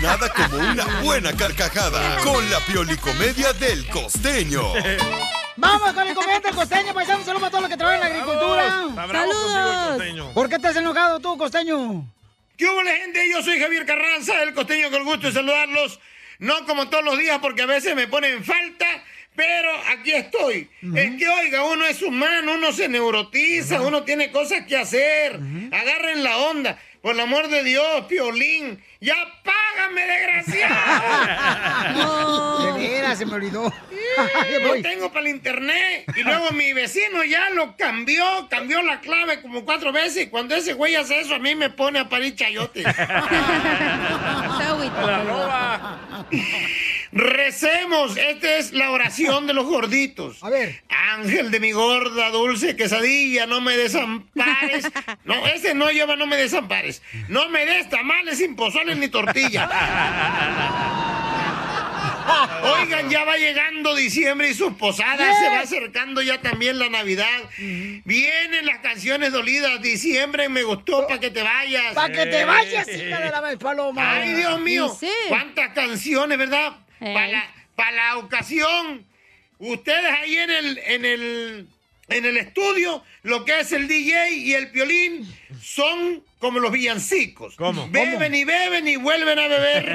Speaker 2: Nada como una buena carcajada con la Piolín Comedia del costeño.
Speaker 4: Vamos con el comediante del costeño, paisano. Un saludo para todos los que trabajan en la agricultura.
Speaker 2: Está bravo contigo el costeño.
Speaker 4: ¿Por qué estás enojado tú, costeño?
Speaker 10: ¿Qué hubo, la gente? Yo soy Javier Carranza, el costeño, con el gusto de saludarlos. No como todos los días, porque a veces me ponen en falta, pero aquí estoy. Es que, oiga, uno es humano, uno se neurotiza, uno tiene cosas que hacer. Agarren la onda. Por el amor de Dios, Piolín, ya págame, desgraciado.
Speaker 4: De veras, se me olvidó. Ahí
Speaker 10: No
Speaker 4: voy.
Speaker 10: tengo para el internet. Y luego mi vecino ya lo cambió, cambió la clave como cuatro veces. Y cuando ese güey hace eso, a mí me pone a parir chayotes. Recemos. Esta es la oración de los gorditos. A ver. Ángel de mi gorda, dulce quesadilla, no me desampares. No, este no lleva no me desampares. No me des tamales sin pozoles ni tortilla. Oigan, ya va llegando diciembre y sus posadas, se va acercando ya también la Navidad. Vienen las canciones dolidas, diciembre me gustó para que te vayas.
Speaker 4: Para que te vayas, hija de la vez, paloma.
Speaker 10: Ay, Dios mío,
Speaker 4: Sí.
Speaker 10: cuántas canciones, ¿verdad? Para la, pa' la ocasión. Ustedes ahí en el, en el en el estudio, lo que es el DJ y el violín son como los villancicos. Beben y beben y vuelven a beber.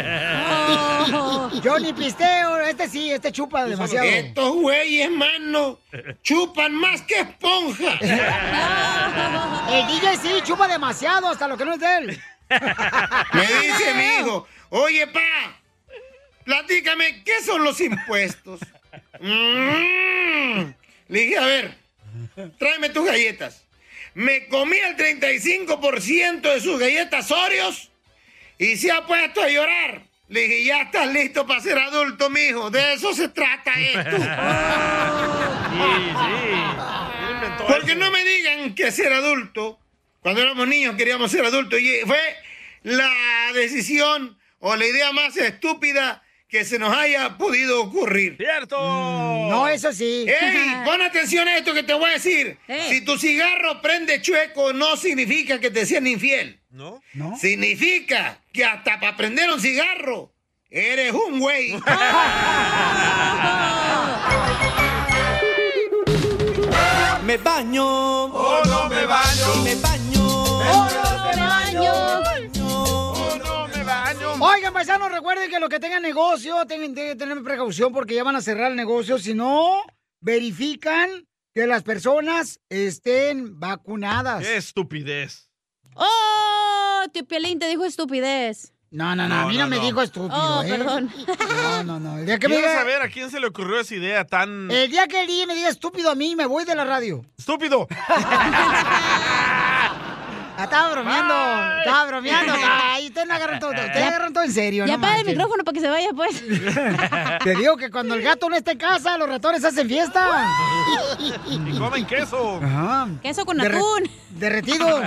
Speaker 4: Yo ni pisteo, este sí, este chupa demasiado.
Speaker 10: Estos güeyes, mano, chupan más que esponja.
Speaker 4: El DJ sí chupa demasiado, hasta lo que no es de él.
Speaker 10: Me dice mi hijo, oye, pa, platícame, ¿qué son los impuestos? Mm. Le dije, a ver, tráeme tus galletas. Me comí el 35% de sus galletas Oreos y se ha puesto a llorar. Le dije, ya estás listo para ser adulto, mijo. De eso se trata esto. Porque no me digan que ser adulto, cuando éramos niños queríamos ser adultos, y fue la decisión o la idea más estúpida que se nos haya podido ocurrir. ¡Cierto!
Speaker 4: Mm, no, eso sí.
Speaker 10: ¡Ey! Pon atención a esto que te voy a decir. Si tu cigarro prende chueco, no significa que te sean infiel.
Speaker 3: ¿No?
Speaker 10: Significa que hasta para prender un cigarro, eres un güey.
Speaker 1: Me baño. O no me baño. Me baño.
Speaker 4: O no me baño. paisanos, recuerden que los que tengan negocio tienen que tener precaución porque ya van a cerrar el negocio. Si no, verifican que las personas estén vacunadas.
Speaker 3: Qué estupidez.
Speaker 5: ¡Oh! Tío Piolín te dijo estupidez.
Speaker 4: No, no, no, a mí no,
Speaker 3: No, no,
Speaker 4: me
Speaker 3: no.
Speaker 4: dijo estúpido.
Speaker 5: Oh,
Speaker 4: ¿eh?
Speaker 5: perdón.
Speaker 4: No, no, no. El día que me
Speaker 3: Quiero
Speaker 4: diga- Eh,
Speaker 3: saber a quién se le ocurrió esa idea
Speaker 5: Mm.
Speaker 3: tan...
Speaker 4: el día que el DJ me diga estúpido a mí, me voy de la radio.
Speaker 3: ¡Estúpido!
Speaker 4: Ah, Estaba bromeando, estaba bromeando. Ay, ustedes no agarran todo, ustedes agarran todo en serio.
Speaker 5: Ya
Speaker 4: no
Speaker 5: apaga el
Speaker 4: manchen.
Speaker 5: micrófono para que se vaya, pues.
Speaker 4: Te digo que cuando el gato no esté en casa, los ratones hacen fiesta.
Speaker 3: Y comen queso.
Speaker 4: Ajá.
Speaker 5: Queso con
Speaker 4: Derre-
Speaker 5: atún.
Speaker 4: derretido.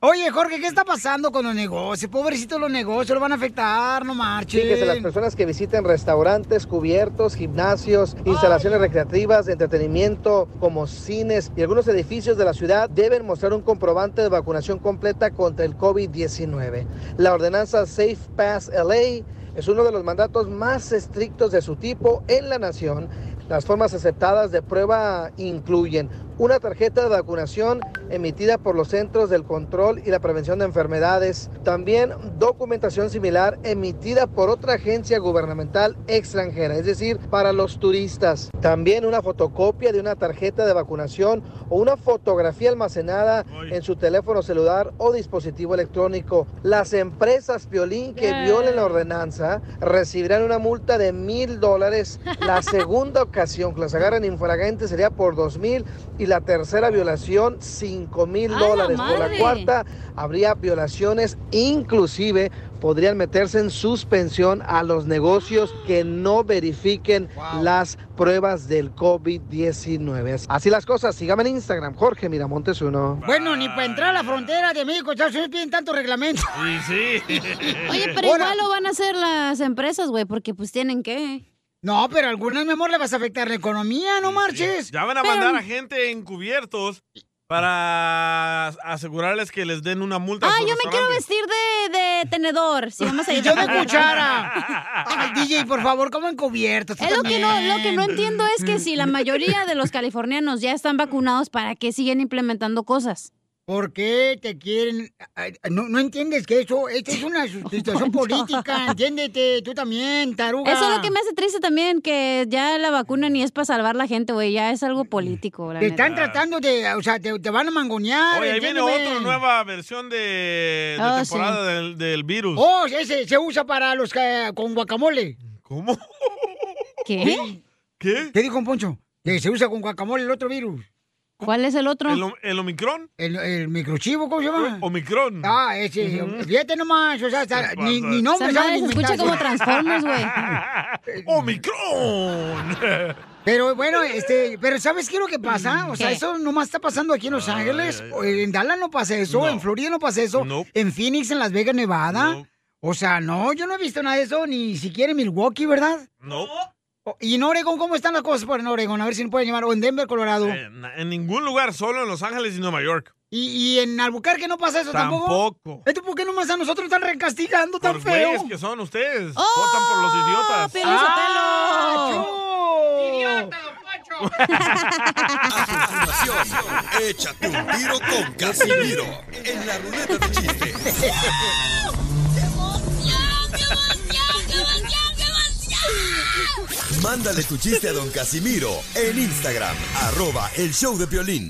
Speaker 4: Oye, Jorge, ¿qué está pasando con los negocios? Pobrecitos los negocios, lo van a afectar, no marchen.
Speaker 6: Fíjese, las personas que visiten restaurantes, cubiertos, gimnasios, instalaciones recreativas, de entretenimiento, como cines y algunos edificios de la ciudad, deben mostrar un comprobante de vacunación completa contra el COVID-19. La ordenanza Safe Pass LA es uno de los mandatos más estrictos de su tipo en la nación. Las formas aceptadas de prueba incluyen una tarjeta de vacunación emitida por los Centros del Control y la Prevención de Enfermedades, también documentación similar emitida por otra agencia gubernamental extranjera, es decir, para los turistas, también una fotocopia de una tarjeta de vacunación o una fotografía almacenada en su teléfono celular o dispositivo electrónico. Las empresas Piolín que
Speaker 12: Yeah.
Speaker 6: violen la ordenanza recibirán una multa de mil dólares. La segunda ocasión que las agarren infragante sería por dos mil y la tercera violación cinco mil
Speaker 12: ¡A la
Speaker 6: dólares. Por la
Speaker 12: madre!
Speaker 6: cuarta habría violaciones, inclusive podrían meterse en suspensión a los negocios que no verifiquen las pruebas del COVID-19. Así las cosas, síganme en Instagram, Jorge Miramontes uno.
Speaker 4: Bueno, ni para entrar a la frontera de México, Estados Unidos piden tanto reglamento.
Speaker 3: Y sí.
Speaker 5: Oye, pero igual lo van a hacer las empresas, güey, porque pues tienen que.
Speaker 4: No, pero algunas, mi amor, le vas a afectar la economía, no marches.
Speaker 3: Ya van a mandar a gente encubiertos para asegurarles que les den una multa. a
Speaker 5: Ah,
Speaker 3: sus
Speaker 5: yo me quiero vestir
Speaker 3: restaurantes.
Speaker 5: de, de tenedor. Si vamos a
Speaker 4: Y
Speaker 5: ir
Speaker 4: yo de
Speaker 5: a-
Speaker 4: cuchara. Ay, DJ, por favor, como encubierto. tú
Speaker 5: Es lo que, no,
Speaker 4: también.
Speaker 5: lo que no entiendo es que si la mayoría de los californianos ya están vacunados, ¿para qué siguen implementando cosas?
Speaker 4: ¿Por qué te quieren? Ay, No, no entiendes que eso, esta es una situación política, entiéndete, tú también, taruga.
Speaker 5: Eso es lo que me hace triste también, que ya la vacuna ni es para salvar la gente, güey, ya es algo político. La
Speaker 4: Te están
Speaker 5: neta.
Speaker 4: tratando de, o sea, te, te van a mangonear.
Speaker 3: Oye, ahí viene
Speaker 4: entiéndeme.
Speaker 3: otra nueva versión de, de
Speaker 4: Oh,
Speaker 5: Ah,
Speaker 3: temporada
Speaker 4: sí.
Speaker 3: del, del virus.
Speaker 4: Oh, ese se usa para los que- con guacamole.
Speaker 3: ¿Cómo?
Speaker 5: ¿Qué?
Speaker 3: ¿Qué?
Speaker 4: ¿Qué dijo Poncho? Que se usa con guacamole el otro virus.
Speaker 5: ¿Cuál es el otro?
Speaker 3: ¿El, o- el Omicron?
Speaker 4: El, el microchivo, ¿cómo se llama?
Speaker 3: Omicron.
Speaker 4: Ah, ese, fíjate nomás, o sea, hasta- ni, ni nombre
Speaker 5: Esa madre
Speaker 4: saben
Speaker 5: se escucha
Speaker 4: inventarse.
Speaker 5: como Transformers, güey.
Speaker 3: ¡Omicron!
Speaker 4: Pero bueno, este, pero ¿sabes qué es lo que pasa? O sea,
Speaker 3: ¿Qué?
Speaker 4: eso nomás está pasando aquí en Los Ángeles, o en Dallas no pasa eso, en Florida no pasa eso, en Phoenix, en Las Vegas, Nevada. O sea, no, yo no he visto nada de eso, ni siquiera en Milwaukee, ¿verdad?
Speaker 3: No.
Speaker 4: O- Y en Oregon, ¿cómo están las cosas por en Oregon? A ver si me pueden llamar, o en Denver, Colorado.
Speaker 3: Eh, na- en ningún lugar, solo en Los Ángeles y Nueva York.
Speaker 4: Y, y en Albuquerque no pasa eso tampoco.
Speaker 3: Tampoco.
Speaker 4: ¿Esto por qué nomás a nosotros están recastigando tan
Speaker 3: Los
Speaker 4: feo?
Speaker 3: güeyes que son ustedes.
Speaker 5: Oh,
Speaker 3: Votan por los idiotas.
Speaker 4: ¡Idiota,
Speaker 2: Échate un tiro con Casimiro en la ruleta de chistes. Mándale tu chiste a don Casimiro en Instagram, arroba el show de Piolín.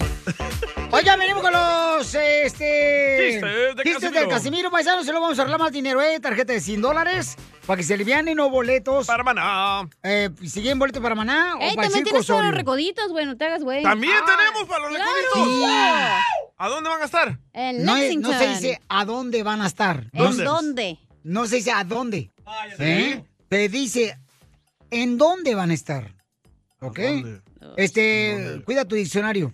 Speaker 4: Oigan, Pues venimos con los, este...
Speaker 2: Chistes de Casimiro.
Speaker 4: del Casimiro, paisanos. Se lo vamos a arreglar más dinero, ¿eh? Tarjeta de 100 dólares. Para que se alivianen o boletos. Para
Speaker 3: Maná.
Speaker 4: Eh, si quieren boletos para Maná o
Speaker 5: Ey,
Speaker 4: para el
Speaker 5: también
Speaker 4: Circo
Speaker 5: tienes para los
Speaker 4: Osorio.
Speaker 5: recoditos, güey, no te hagas, güey.
Speaker 3: También
Speaker 5: Ah,
Speaker 3: tenemos para los
Speaker 5: claro.
Speaker 3: recoditos.
Speaker 5: Yeah.
Speaker 3: ¿A dónde van a estar?
Speaker 5: En
Speaker 4: No, es- no
Speaker 5: Lexington.
Speaker 4: se dice a dónde van a estar.
Speaker 5: ¿En dónde?
Speaker 4: No se dice a dónde.
Speaker 3: Ah,
Speaker 4: ¿Eh? Te dice en dónde van a estar. ¿Ok? Este, cuida tu diccionario.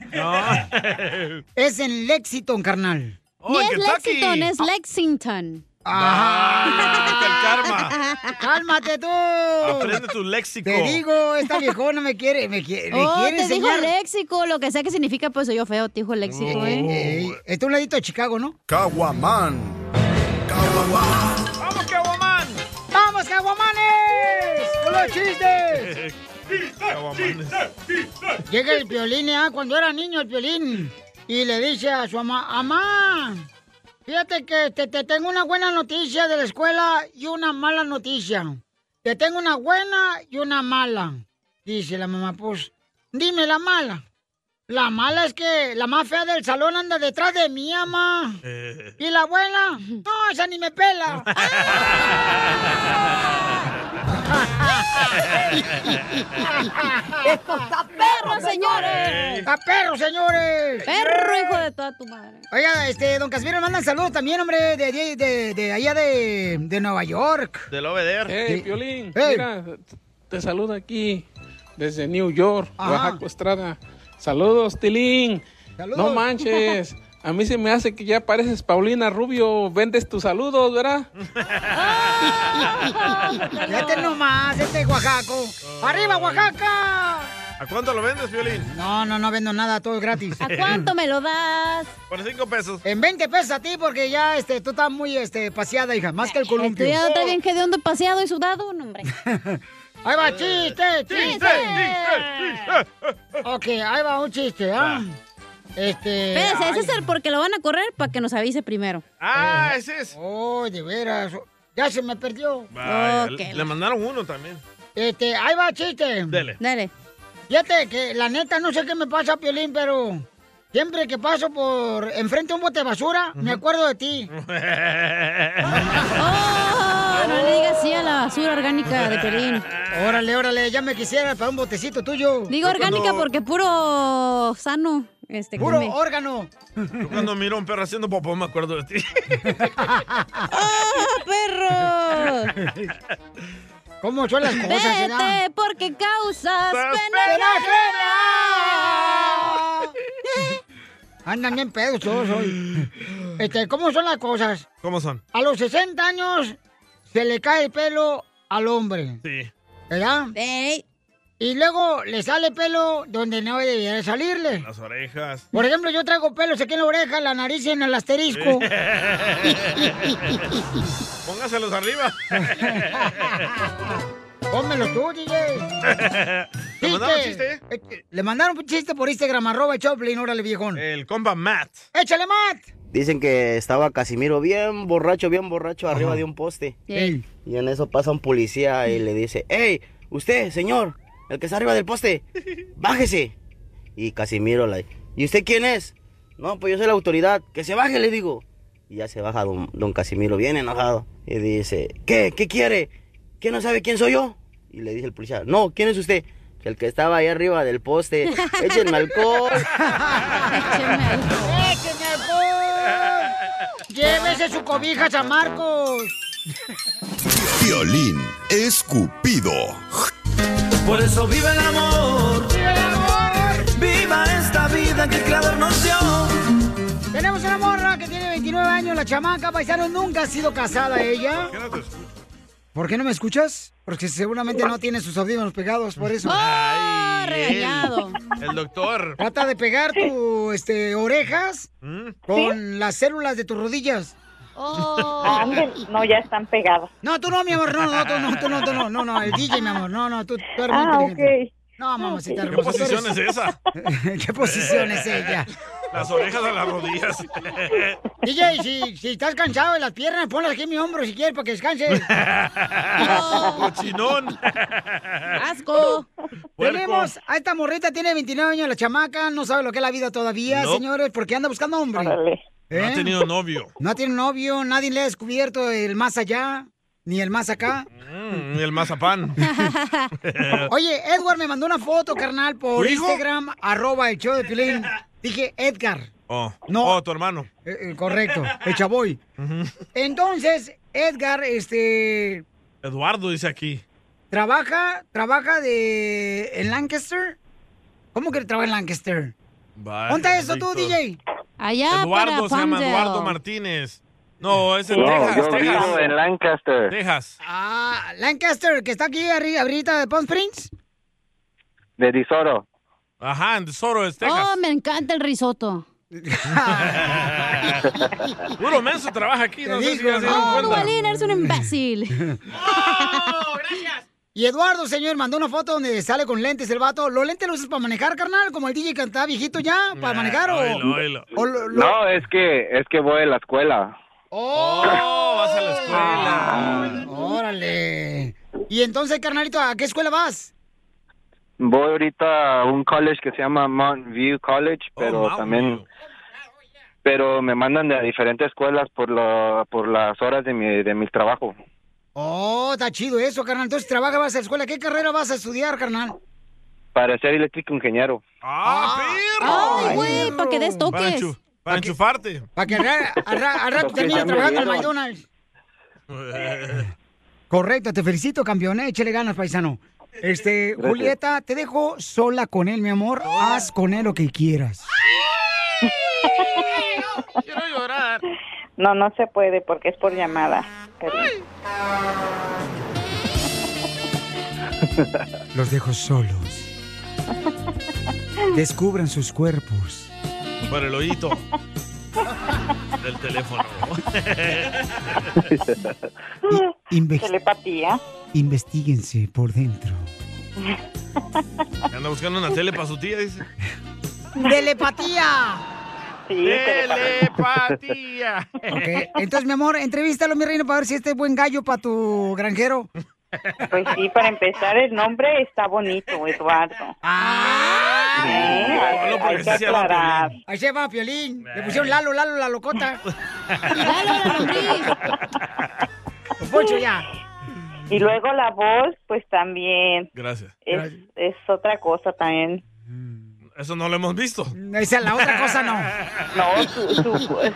Speaker 4: Es en Lexington, carnal.
Speaker 5: Ni
Speaker 3: Oh,
Speaker 5: es Lexington, es Lexington.
Speaker 4: Ah. ¡Cálmate tú!
Speaker 3: Ah, Aprende tu léxico.
Speaker 4: Te digo, esta viejona me quiere, me quiere, me
Speaker 5: Oh,
Speaker 4: quiere
Speaker 5: te dijo
Speaker 4: enseñar.
Speaker 5: léxico, lo que sea que significa, pues soy yo feo, te dijo léxico,
Speaker 4: eh. Está un ladito de Chicago, ¿no?
Speaker 2: Caguamán.
Speaker 3: ¡Vamos, Caguamán!
Speaker 4: ¡Vamos, Caguamanes! ¡Con los chistes! Llega el piolín, ¿eh? cuando era niño el piolín. Y le dice a su mamá, mamá, Fíjate que te, te tengo una buena noticia de la escuela y una mala noticia. Te tengo una buena y una mala. Dice la mamá, pues, dime la mala. La mala es que la más fea del salón anda detrás de mi ama. ¿Y la buena? No, esa ni me pela.
Speaker 1: ¡Esto está
Speaker 4: perro, señores! ¡A perro, señores!
Speaker 5: Perro, hijo de toda tu madre.
Speaker 4: Oiga, este, don Casimiro, mandan saludos también, hombre, de, de, de, de allá de, de Nueva York.
Speaker 3: Del Obeder.
Speaker 12: Hey, Piolín,
Speaker 4: Ey.
Speaker 12: mira, te saluda aquí desde New York,
Speaker 4: Ajá.
Speaker 12: Oaxaca Estrada. Saludos, Tilín.
Speaker 4: Saludos.
Speaker 12: No manches. A mí se me hace que ya pareces Paulina Rubio. Vendes tus saludos, ¿verdad?
Speaker 4: Fíjate nomás, este Oaxaco. ¡Arriba, Oaxaca!
Speaker 3: ¿A cuánto lo vendes, Violín?
Speaker 4: No, no, no vendo nada, todo es gratis.
Speaker 3: ¿A cuánto
Speaker 4: me lo das?
Speaker 3: Por cinco pesos.
Speaker 4: En 20 pesos a ti, porque ya este, tú estás muy este, paseada, hija, más que el columpio.
Speaker 5: Tú ya está bien que de onda paseado y sudado, no, hombre.
Speaker 4: Ahí va, chiste, chiste. Ok, ahí va un chiste, ¿ah? Este.
Speaker 5: Espérese, ese
Speaker 4: ay.
Speaker 5: es el porque lo van a correr para que nos avise primero.
Speaker 3: Ah, ese es.
Speaker 4: Oh, de veras. Ya se me perdió. Oh,
Speaker 3: Vaya, le- Le mandaron uno también.
Speaker 4: Este, ahí va chiste.
Speaker 3: Dele.
Speaker 4: Dale. Fíjate que la neta no sé qué me pasa, Piolín, pero siempre que paso por enfrente a un bote de basura, me acuerdo de ti.
Speaker 5: ¡Oh! No le digas sí a la basura orgánica de Pelín.
Speaker 4: Órale, órale, ya me quisiera para un botecito tuyo.
Speaker 5: Digo orgánica porque puro sano. Este,
Speaker 3: Puro
Speaker 4: órgano.
Speaker 3: Yo cuando miro a un perro haciendo popó me acuerdo de ti.
Speaker 5: ¡Ah, perro!
Speaker 4: ¿Cómo son las cosas,
Speaker 5: Vete
Speaker 4: será?
Speaker 5: porque causas
Speaker 4: ¡Sas
Speaker 5: pena
Speaker 4: pena
Speaker 5: ajena.
Speaker 4: Andan bien pedos todos hoy. Este, ¿cómo son las cosas?
Speaker 3: ¿Cómo son?
Speaker 4: A los 60 años se le cae el pelo al hombre.
Speaker 3: Sí.
Speaker 4: ¿Verdad? Y luego le sale pelo donde no debería salirle.
Speaker 3: Las orejas.
Speaker 4: Por ejemplo, yo traigo pelos aquí en la oreja, en la nariz y en el asterisco.
Speaker 3: Póngaselos arriba.
Speaker 4: Pónmelo tú, DJ.
Speaker 3: ¿Te mandaron chiste?
Speaker 4: Eh, Le mandaron un chiste por Instagram, arroba el Choplin, órale, viejón.
Speaker 3: El compa Matt.
Speaker 4: ¡Échale, Matt!
Speaker 21: Dicen que estaba Casimiro bien borracho, bien borracho arriba de un poste.
Speaker 4: Ey.
Speaker 21: Y en eso pasa un policía y le dice, ¡Ey! Usted, señor, el que está arriba del poste, bájese. Y Casimiro le ¿y usted quién es? No, pues yo soy la autoridad, que se baje, le digo. Y ya se baja don, don Casimiro bien enojado. Y dice, ¿qué? ¿Qué quiere? ¿Quién no sabe quién soy yo? Y le dice el policía, no, ¿quién es usted? El que estaba ahí arriba del poste. Échenme alcohol.
Speaker 4: ¡Écheme alcohol! ¡Llévese su cobija, San Marcos!
Speaker 2: Violín escupido.
Speaker 1: Por eso vive el amor. ¡Viva el amor! ¡Viva esta vida que el creador nos dio!
Speaker 4: Tenemos una morra que tiene 29 años, la chamaca, paisano, nunca ha sido casada ella. ¿Por qué no me escuchas? Porque seguramente no tiene sus audífonos pegados, por eso.
Speaker 3: Ay,
Speaker 4: regañado.
Speaker 3: El, el doctor. ¿Mm?
Speaker 4: Trata de pegar tu este, orejas con las células de tus rodillas.
Speaker 3: Oh.
Speaker 22: no, ya están pegadas.
Speaker 4: No, tú no, mi amor, no, no, tú no, tú no, tú no, no, no, el DJ, mi amor, no, no, tú, tú eres muy
Speaker 22: Ah,
Speaker 4: inteligente. No, mamacita
Speaker 3: ¿Qué
Speaker 4: hermosa, tú
Speaker 3: posición
Speaker 4: eres-
Speaker 3: es esa?
Speaker 4: ¿Qué posición es ella?
Speaker 3: Las orejas a las rodillas.
Speaker 4: DJ, si, si estás cansado de las piernas, ponlas aquí en mi hombro si quieres para que descanses.
Speaker 3: Cochinón.
Speaker 4: ¡Asco!
Speaker 3: Puerco.
Speaker 4: Tenemos a esta morrita, tiene 29 años, la chamaca, no sabe lo que es la vida todavía,
Speaker 3: No.
Speaker 4: señores, porque anda buscando hombre.
Speaker 3: No ha
Speaker 4: ¿Eh?
Speaker 3: tenido novio.
Speaker 4: No tiene novio, nadie le ha descubierto el más allá, ni el más acá.
Speaker 3: Mm, el mazapán.
Speaker 4: Oye, Edward me mandó una foto, carnal, por
Speaker 3: ¿Tu hijo?
Speaker 4: Instagram, arroba el show de Pilín. Dije, Edgar.
Speaker 3: Oh.
Speaker 4: No.
Speaker 3: Oh, tu hermano.
Speaker 4: Eh, eh, correcto, el chavoy. Entonces, Edgar, este,
Speaker 3: Eduardo dice aquí.
Speaker 4: trabaja, trabaja de, en Lancaster. ¿Cómo que trabaja en Lancaster?
Speaker 3: Vaya,
Speaker 4: ¿Dónde eso tú,
Speaker 3: Víctor.
Speaker 4: DJ?
Speaker 5: Allá
Speaker 4: Ah,
Speaker 3: Eduardo se llama Eduardo Martínez. No, es en Texas. Texas.
Speaker 21: Lancaster.
Speaker 3: Texas.
Speaker 4: Ah, Lancaster, que está aquí arriba, ahorita de Palm Springs.
Speaker 21: De Disoro.
Speaker 3: Ajá, en Tesoro es Texas.
Speaker 5: Oh, me encanta el risotto.
Speaker 3: Puro menso trabaja aquí, no sé si ya se dieron
Speaker 5: Oh,
Speaker 3: cuenta.
Speaker 5: Duvalín, eres un imbécil.
Speaker 4: Y Eduardo, señor, mandó una foto donde sale con lentes el vato. ¿Los lentes los usas para manejar, carnal? Como el DJ que está viejito ya, para
Speaker 3: Eh,
Speaker 4: manejar o...
Speaker 3: oílo, oílo.
Speaker 4: o lo- lo-
Speaker 22: No, es que, es que voy a la escuela.
Speaker 3: Oh, vas a la escuela.
Speaker 4: Órale. Y entonces, carnalito, ¿a qué escuela vas?
Speaker 22: Voy ahorita a un college que se llama Mountain View College,
Speaker 3: Oh,
Speaker 22: pero
Speaker 4: Mountain
Speaker 22: también... Pero me mandan de diferentes escuelas por, la, por las horas de mi, de mi trabajo.
Speaker 4: Oh, está chido eso, carnal. Entonces, trabaja, vas a la escuela. ¿Qué carrera vas a estudiar, carnal?
Speaker 22: Para ser eléctrico ingeniero.
Speaker 4: ¡Ay, güey! Para que des
Speaker 3: Para, enchu- para enchufarte.
Speaker 4: Para que al ra- al ra- al rato termines trabajando en McDonald's. Correcto, te felicito, campeón. eh. Échale ganas, paisano. Este,
Speaker 22: Gracias.
Speaker 4: Julieta, te dejo sola con él, mi amor. Haz con él lo que quieras.
Speaker 14: Quiero llorar. No, no se puede porque es por llamada. Pero...
Speaker 4: Los dejo solos. Descubran sus cuerpos.
Speaker 3: Por el oído. Del teléfono.
Speaker 4: Inve-
Speaker 14: Telepatía.
Speaker 4: Investíguense por dentro.
Speaker 3: Anda buscando una tele para su tía, dice.
Speaker 4: ¡Telepatía!
Speaker 3: Telepatía.
Speaker 4: Ok, Entonces, mi amor, entrevístalo, mi reino, para ver si este es buen gallo para tu granjero.
Speaker 14: Pues sí, para empezar, el nombre está bonito, Eduardo. Eh, hay,
Speaker 4: Lalo,
Speaker 14: hay
Speaker 4: porque
Speaker 14: que
Speaker 4: así se llama
Speaker 14: aclarar.
Speaker 4: Ahí se va Piolín. Le pusieron Lalo, Lalo, la locota. Don Poncho, ya.
Speaker 14: Y luego la voz, pues también
Speaker 3: Gracias.
Speaker 14: es, es otra cosa también.
Speaker 3: Eso no lo hemos visto.
Speaker 4: Esa es la otra cosa, no.
Speaker 14: No, su, su-
Speaker 22: pues.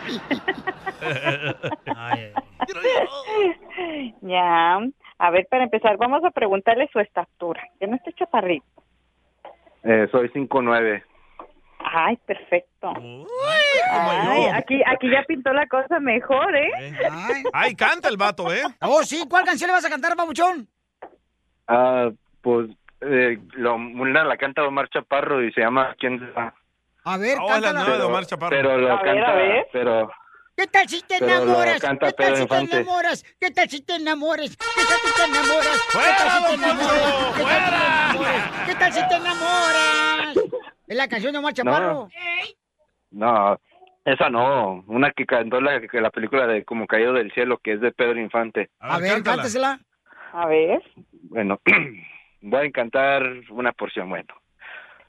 Speaker 14: ya. A ver, para empezar, vamos a preguntarle su estatura. Que no esté chaparrito.
Speaker 22: Eh, soy 5'9".
Speaker 14: Ay, perfecto. Ay, aquí, aquí ya pintó la cosa mejor, ¿eh?
Speaker 3: Ay, canta el vato, ¿eh?
Speaker 4: Oh, sí, ¿cuál canción le vas a cantar, babuchón?
Speaker 22: Ah, pues eh, lo, una la canta Omar Chaparro y se llama ¿Quién será?
Speaker 4: A ver,
Speaker 3: Ah, es la
Speaker 4: cántala.
Speaker 3: nueva de Omar Chaparro.
Speaker 22: Pero lo canta, pero
Speaker 4: ¿Qué tal si te
Speaker 22: Pero la
Speaker 4: enamoras?
Speaker 22: canta
Speaker 4: ¿Qué tal
Speaker 22: Pedro
Speaker 4: si te
Speaker 22: Infante.
Speaker 4: enamoras? ¿Qué tal si te enamoras? ¿Qué tal si te enamoras? ¿Qué tal si te enamoras? ¿Qué tal si te enamoras? ¿Qué tal si te enamoras? Es la canción de Omar Chaparro.
Speaker 22: no, esa no, una que cantó la, que la película de Como Caído del Cielo, que es de Pedro Infante.
Speaker 4: A ver, cántasela.
Speaker 14: A ver.
Speaker 22: Bueno, voy a encantar una porción, bueno.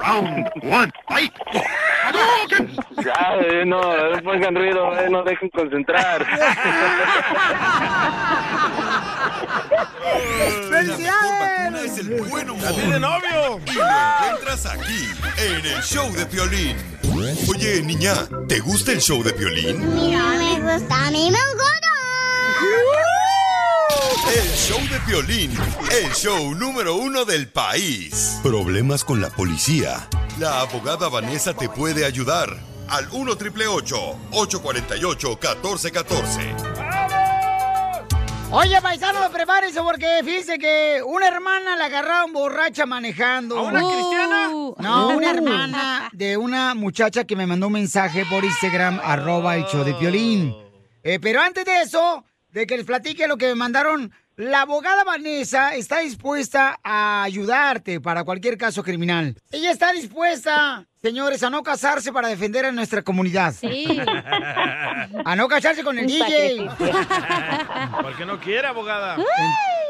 Speaker 13: Round one,
Speaker 22: Ay, no, eh, no pongan ruido, eh, no dejen concentrar.
Speaker 2: ¡Felicidades! es el buen humor.
Speaker 3: tiene novio!
Speaker 2: Y lo encuentras aquí, en el show de Piolín. Oye, niña, ¿te gusta el show de Piolín?
Speaker 13: Mira, me gusta, a mí me
Speaker 2: El show de Piolín, el show número uno del país. Problemas con la policía. La abogada Vanessa te puede ayudar. Al 1 848 1414
Speaker 4: Oye, paisano, prepárense porque fíjense que una hermana la agarraron borracha manejando.
Speaker 3: una Uh. cristiana?
Speaker 4: No, una
Speaker 3: Uh.
Speaker 4: hermana de una muchacha que me mandó un mensaje por Instagram, arroba el show de Piolín.
Speaker 3: Oh.
Speaker 4: Eh, pero antes de eso, de que les platique lo que me mandaron, la abogada Vanessa está dispuesta a ayudarte para cualquier caso criminal. Ella está dispuesta, señores, a no casarse para defender a nuestra comunidad.
Speaker 3: Sí.
Speaker 4: A no casarse con el DJ.
Speaker 3: Porque no quiere, abogada.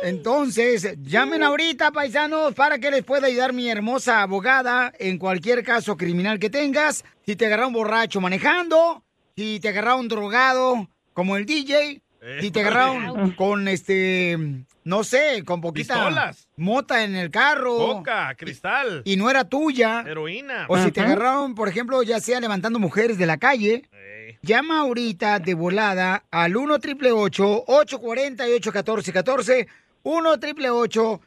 Speaker 4: Entonces,
Speaker 3: Mm.
Speaker 4: llamen ahorita, paisanos, para que les pueda ayudar mi hermosa abogada en cualquier caso criminal que tengas. Si te agarraron borracho manejando, si te agarraron drogado como el DJ, si te agarraron con este, no sé, con poquita
Speaker 3: Pistolas.
Speaker 4: mota en el carro.
Speaker 3: Coca, cristal.
Speaker 4: Y no era tuya.
Speaker 3: Heroína.
Speaker 4: O si te
Speaker 3: Ajá.
Speaker 4: agarraron, por ejemplo, ya sea levantando mujeres de la calle, llama ahorita de volada al 1 848 1414 1 848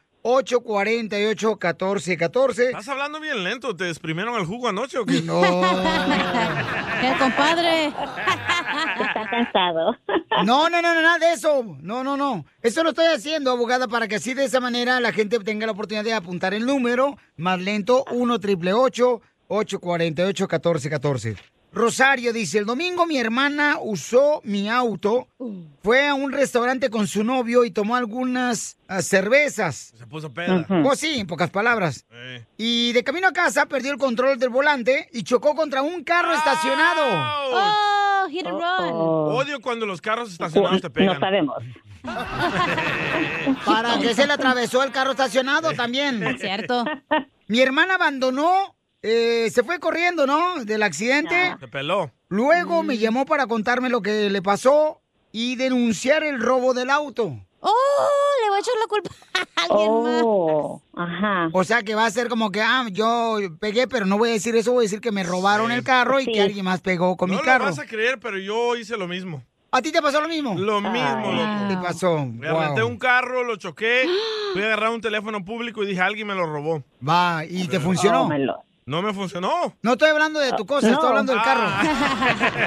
Speaker 3: Estás
Speaker 4: 848-1414.
Speaker 3: hablando bien lento. ¿Te exprimieron el jugo anoche o qué?
Speaker 4: El compadre. Está cansado. No, no, no, no, nada de eso. No, no, no. Eso lo estoy haciendo, abogada, para que así de esa manera la gente tenga la oportunidad de apuntar el número más lento 1 triple 848 1414 Rosario dice, el domingo mi hermana usó mi auto, fue a un restaurante con su novio y tomó algunas ah, cervezas.
Speaker 3: Se puso peda.
Speaker 4: Pues sí, en pocas palabras.
Speaker 3: Eh.
Speaker 4: Y de camino a casa perdió el control del volante y chocó contra un carro estacionado.
Speaker 3: ¡Ah!
Speaker 5: ¡Oh! ¡Hit and run!
Speaker 22: oh.
Speaker 3: Odio cuando los carros estacionados te pegan.
Speaker 4: ¿Para qué se le atravesó el carro estacionado también?
Speaker 5: Es cierto.
Speaker 4: Mi hermana abandonó, eh, se fue corriendo, ¿no? Del accidente.
Speaker 3: Te peló.
Speaker 4: Luego me llamó para contarme lo que le pasó y denunciar el robo del auto.
Speaker 5: ¡Oh! Le voy a echar la culpa a alguien
Speaker 4: Oh, Ajá. O sea que va a ser como que, ah, yo pegué, pero no voy a decir eso, voy a decir que me robaron el carro y
Speaker 3: Sí.
Speaker 4: que alguien más pegó con
Speaker 3: no
Speaker 4: mi
Speaker 3: lo
Speaker 4: carro.
Speaker 3: vas a creer, pero yo hice lo mismo.
Speaker 4: ¿A ti te pasó lo mismo?
Speaker 3: Lo mismo, loco.
Speaker 4: ¿Qué pasó?
Speaker 3: Me renté
Speaker 4: Wow.
Speaker 3: un carro, lo choqué, fui a agarrar un teléfono público y dije, alguien me lo robó.
Speaker 4: Va, ¿y te funcionó?
Speaker 3: No me funcionó.
Speaker 4: No estoy hablando de tu cosa,
Speaker 3: No.
Speaker 4: estoy hablando del carro.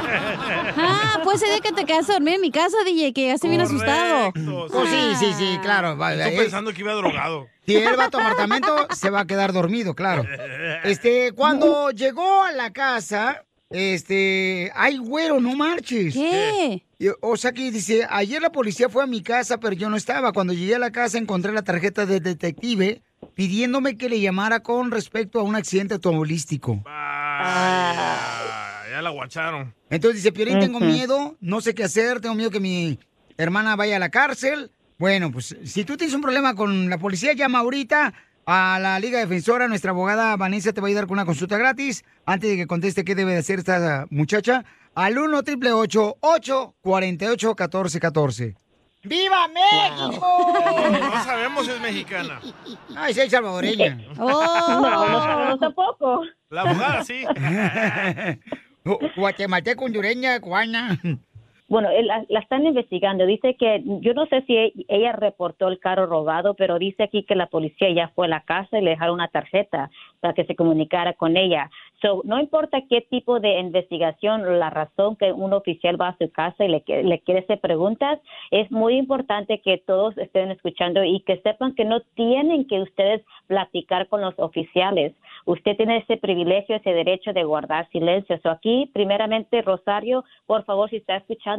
Speaker 5: Ah, pues ese día que te quedaste a dormir en mi casa, DJ, que ya se bien asustado.
Speaker 4: Pues sí, sí, sí, claro. va,
Speaker 3: Estoy
Speaker 4: eh,
Speaker 3: pensando que iba drogado.
Speaker 4: Si él va a tu apartamento, se va a quedar dormido, claro.
Speaker 3: Ah.
Speaker 4: Este, cuando llegó a la casa, este, ay, güero, no marches.
Speaker 5: ¿Qué?
Speaker 4: O sea que dice, ayer la policía fue a mi casa, pero yo no estaba. Cuando llegué a la casa encontré la tarjeta de detective pidiéndome que le llamara con respecto a un accidente automovilístico.
Speaker 3: Ah, ya la guacharon.
Speaker 4: Entonces dice, Piolín, tengo
Speaker 3: Ujú.
Speaker 4: miedo, no sé qué hacer, tengo miedo que mi hermana vaya a la cárcel. Bueno, pues si tú tienes un problema con la policía, llama ahorita a la Liga Defensora. Nuestra abogada Vanessa te va a ayudar con una consulta gratis. Antes de que conteste qué debe de hacer esta muchacha, al 1 888 848 1414 ¡Viva México!
Speaker 3: No sabemos si es mexicana.
Speaker 4: Ay, soy salvadoreña.
Speaker 3: Oh. No, no sabemos
Speaker 4: tampoco.
Speaker 3: La abogada sí.
Speaker 4: Oh, Guatemalteca, hondureña, cubana.
Speaker 23: Bueno, él- la, la están investigando. Dice que yo no sé si e- ella reportó el carro robado, pero dice aquí que la policía ya fue a la casa y le dejaron una tarjeta para que se comunicara con ella. So, no importa qué tipo de investigación o la razón que un oficial va a su casa y le, que- le quiere hacer preguntas, es muy importante que todos estén escuchando y que sepan que no tienen que ustedes platicar con los oficiales. Usted tiene ese privilegio, ese derecho de guardar silencio. So, aquí, primeramente, Rosario, por favor, si está escuchando,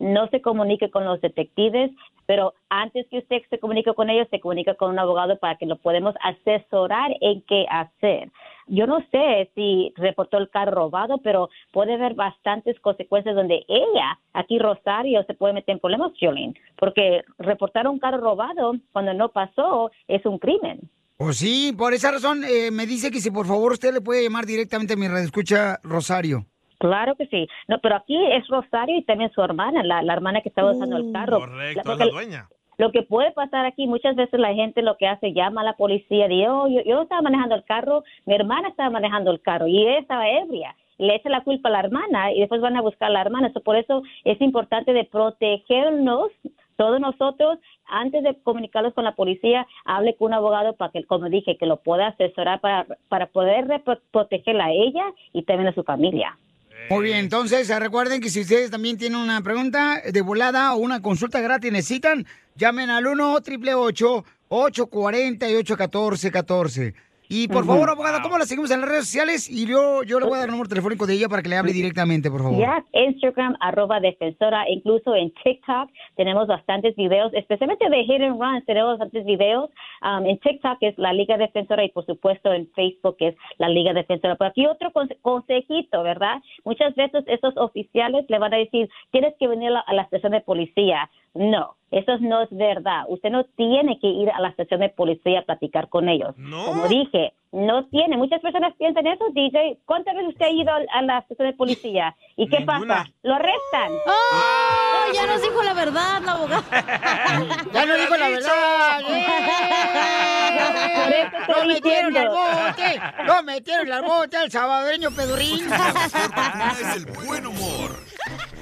Speaker 23: no se comunique con los detectives, pero antes que usted se comunique con ellos, se comunica con un abogado para que lo podemos asesorar en qué hacer. Yo no sé si reportó el carro robado, pero puede haber bastantes consecuencias donde ella, aquí Rosario, se puede meter en problemas, Jolene, porque reportar un carro robado cuando no pasó es un crimen.
Speaker 4: Pues sí, por esa razón eh, me dice que si por favor usted le puede llamar directamente a mi radio escucha Rosario.
Speaker 23: Claro que sí. No, pero aquí es Rosario y también su hermana, la, la hermana que estaba usando el carro.
Speaker 3: Mm. Correcto,
Speaker 23: La-
Speaker 3: es la
Speaker 23: porque
Speaker 3: dueña.
Speaker 23: Lo que puede pasar aquí, muchas veces la gente lo que hace, llama a la policía, dice, oh, yo, yo no estaba manejando el carro, mi hermana estaba manejando el carro y ella estaba ebria. Y Le echa la culpa a la hermana y después van a buscar a la hermana. So, por eso es importante de protegernos, todos nosotros, antes de comunicarlos con la policía, hable con un abogado para que, como dije, que lo pueda asesorar para, para poder repro- protegerla a ella y también a su familia.
Speaker 4: Muy bien, entonces eh, recuerden que si ustedes también tienen una pregunta de volada o una consulta gratis necesitan, llamen al 1 888 848 1414 Y por
Speaker 23: Ujú.
Speaker 4: favor, abogada, ¿cómo la seguimos en las redes sociales? Y yo, yo le voy a dar el número telefónico de ella para que le hable directamente, por favor.
Speaker 23: Ya, Instagram, arroba defensora, incluso en TikTok tenemos bastantes videos, especialmente de Hit and Runs, tenemos bastantes videos. Um, en TikTok es la Liga Defensora y por supuesto en Facebook es la Liga Defensora. Pero aquí otro conse- consejito, ¿verdad? Muchas veces esos oficiales le van a decir, tienes que venir a la- a la estación de policía. No, eso no es verdad. Usted no tiene que ir a la estación de policía a platicar con ellos. Como dije, no tiene. Muchas personas piensan eso, DJ. ¿Cuántas veces usted ha ido al- a la estación de policía? ¿Y qué pasa? Lo arrestan.
Speaker 5: Oh, ya nos dijo la verdad, la abogada.
Speaker 4: ya nos dijo la verdad.
Speaker 5: Por eso
Speaker 4: ¡Lo
Speaker 5: estoy
Speaker 4: metieron al
Speaker 5: diciendo.
Speaker 4: bote! ¡Lo metieron al bote al salvadoreño pedurrín!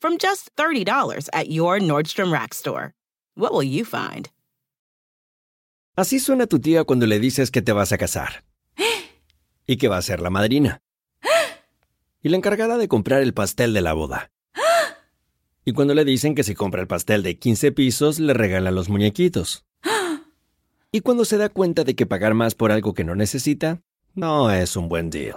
Speaker 24: from just $30 at your Nordstrom Rack store. What will you find?
Speaker 25: Así suena tu tía cuando le dices que te vas a casar. Y que va a ser la madrina. Y la encargada de comprar el pastel de la boda. Y cuando le dicen que si compra el pastel de 15 pisos, le regalan los muñequitos. Y cuando se da cuenta de que pagar más por algo que no necesita, no es un buen deal.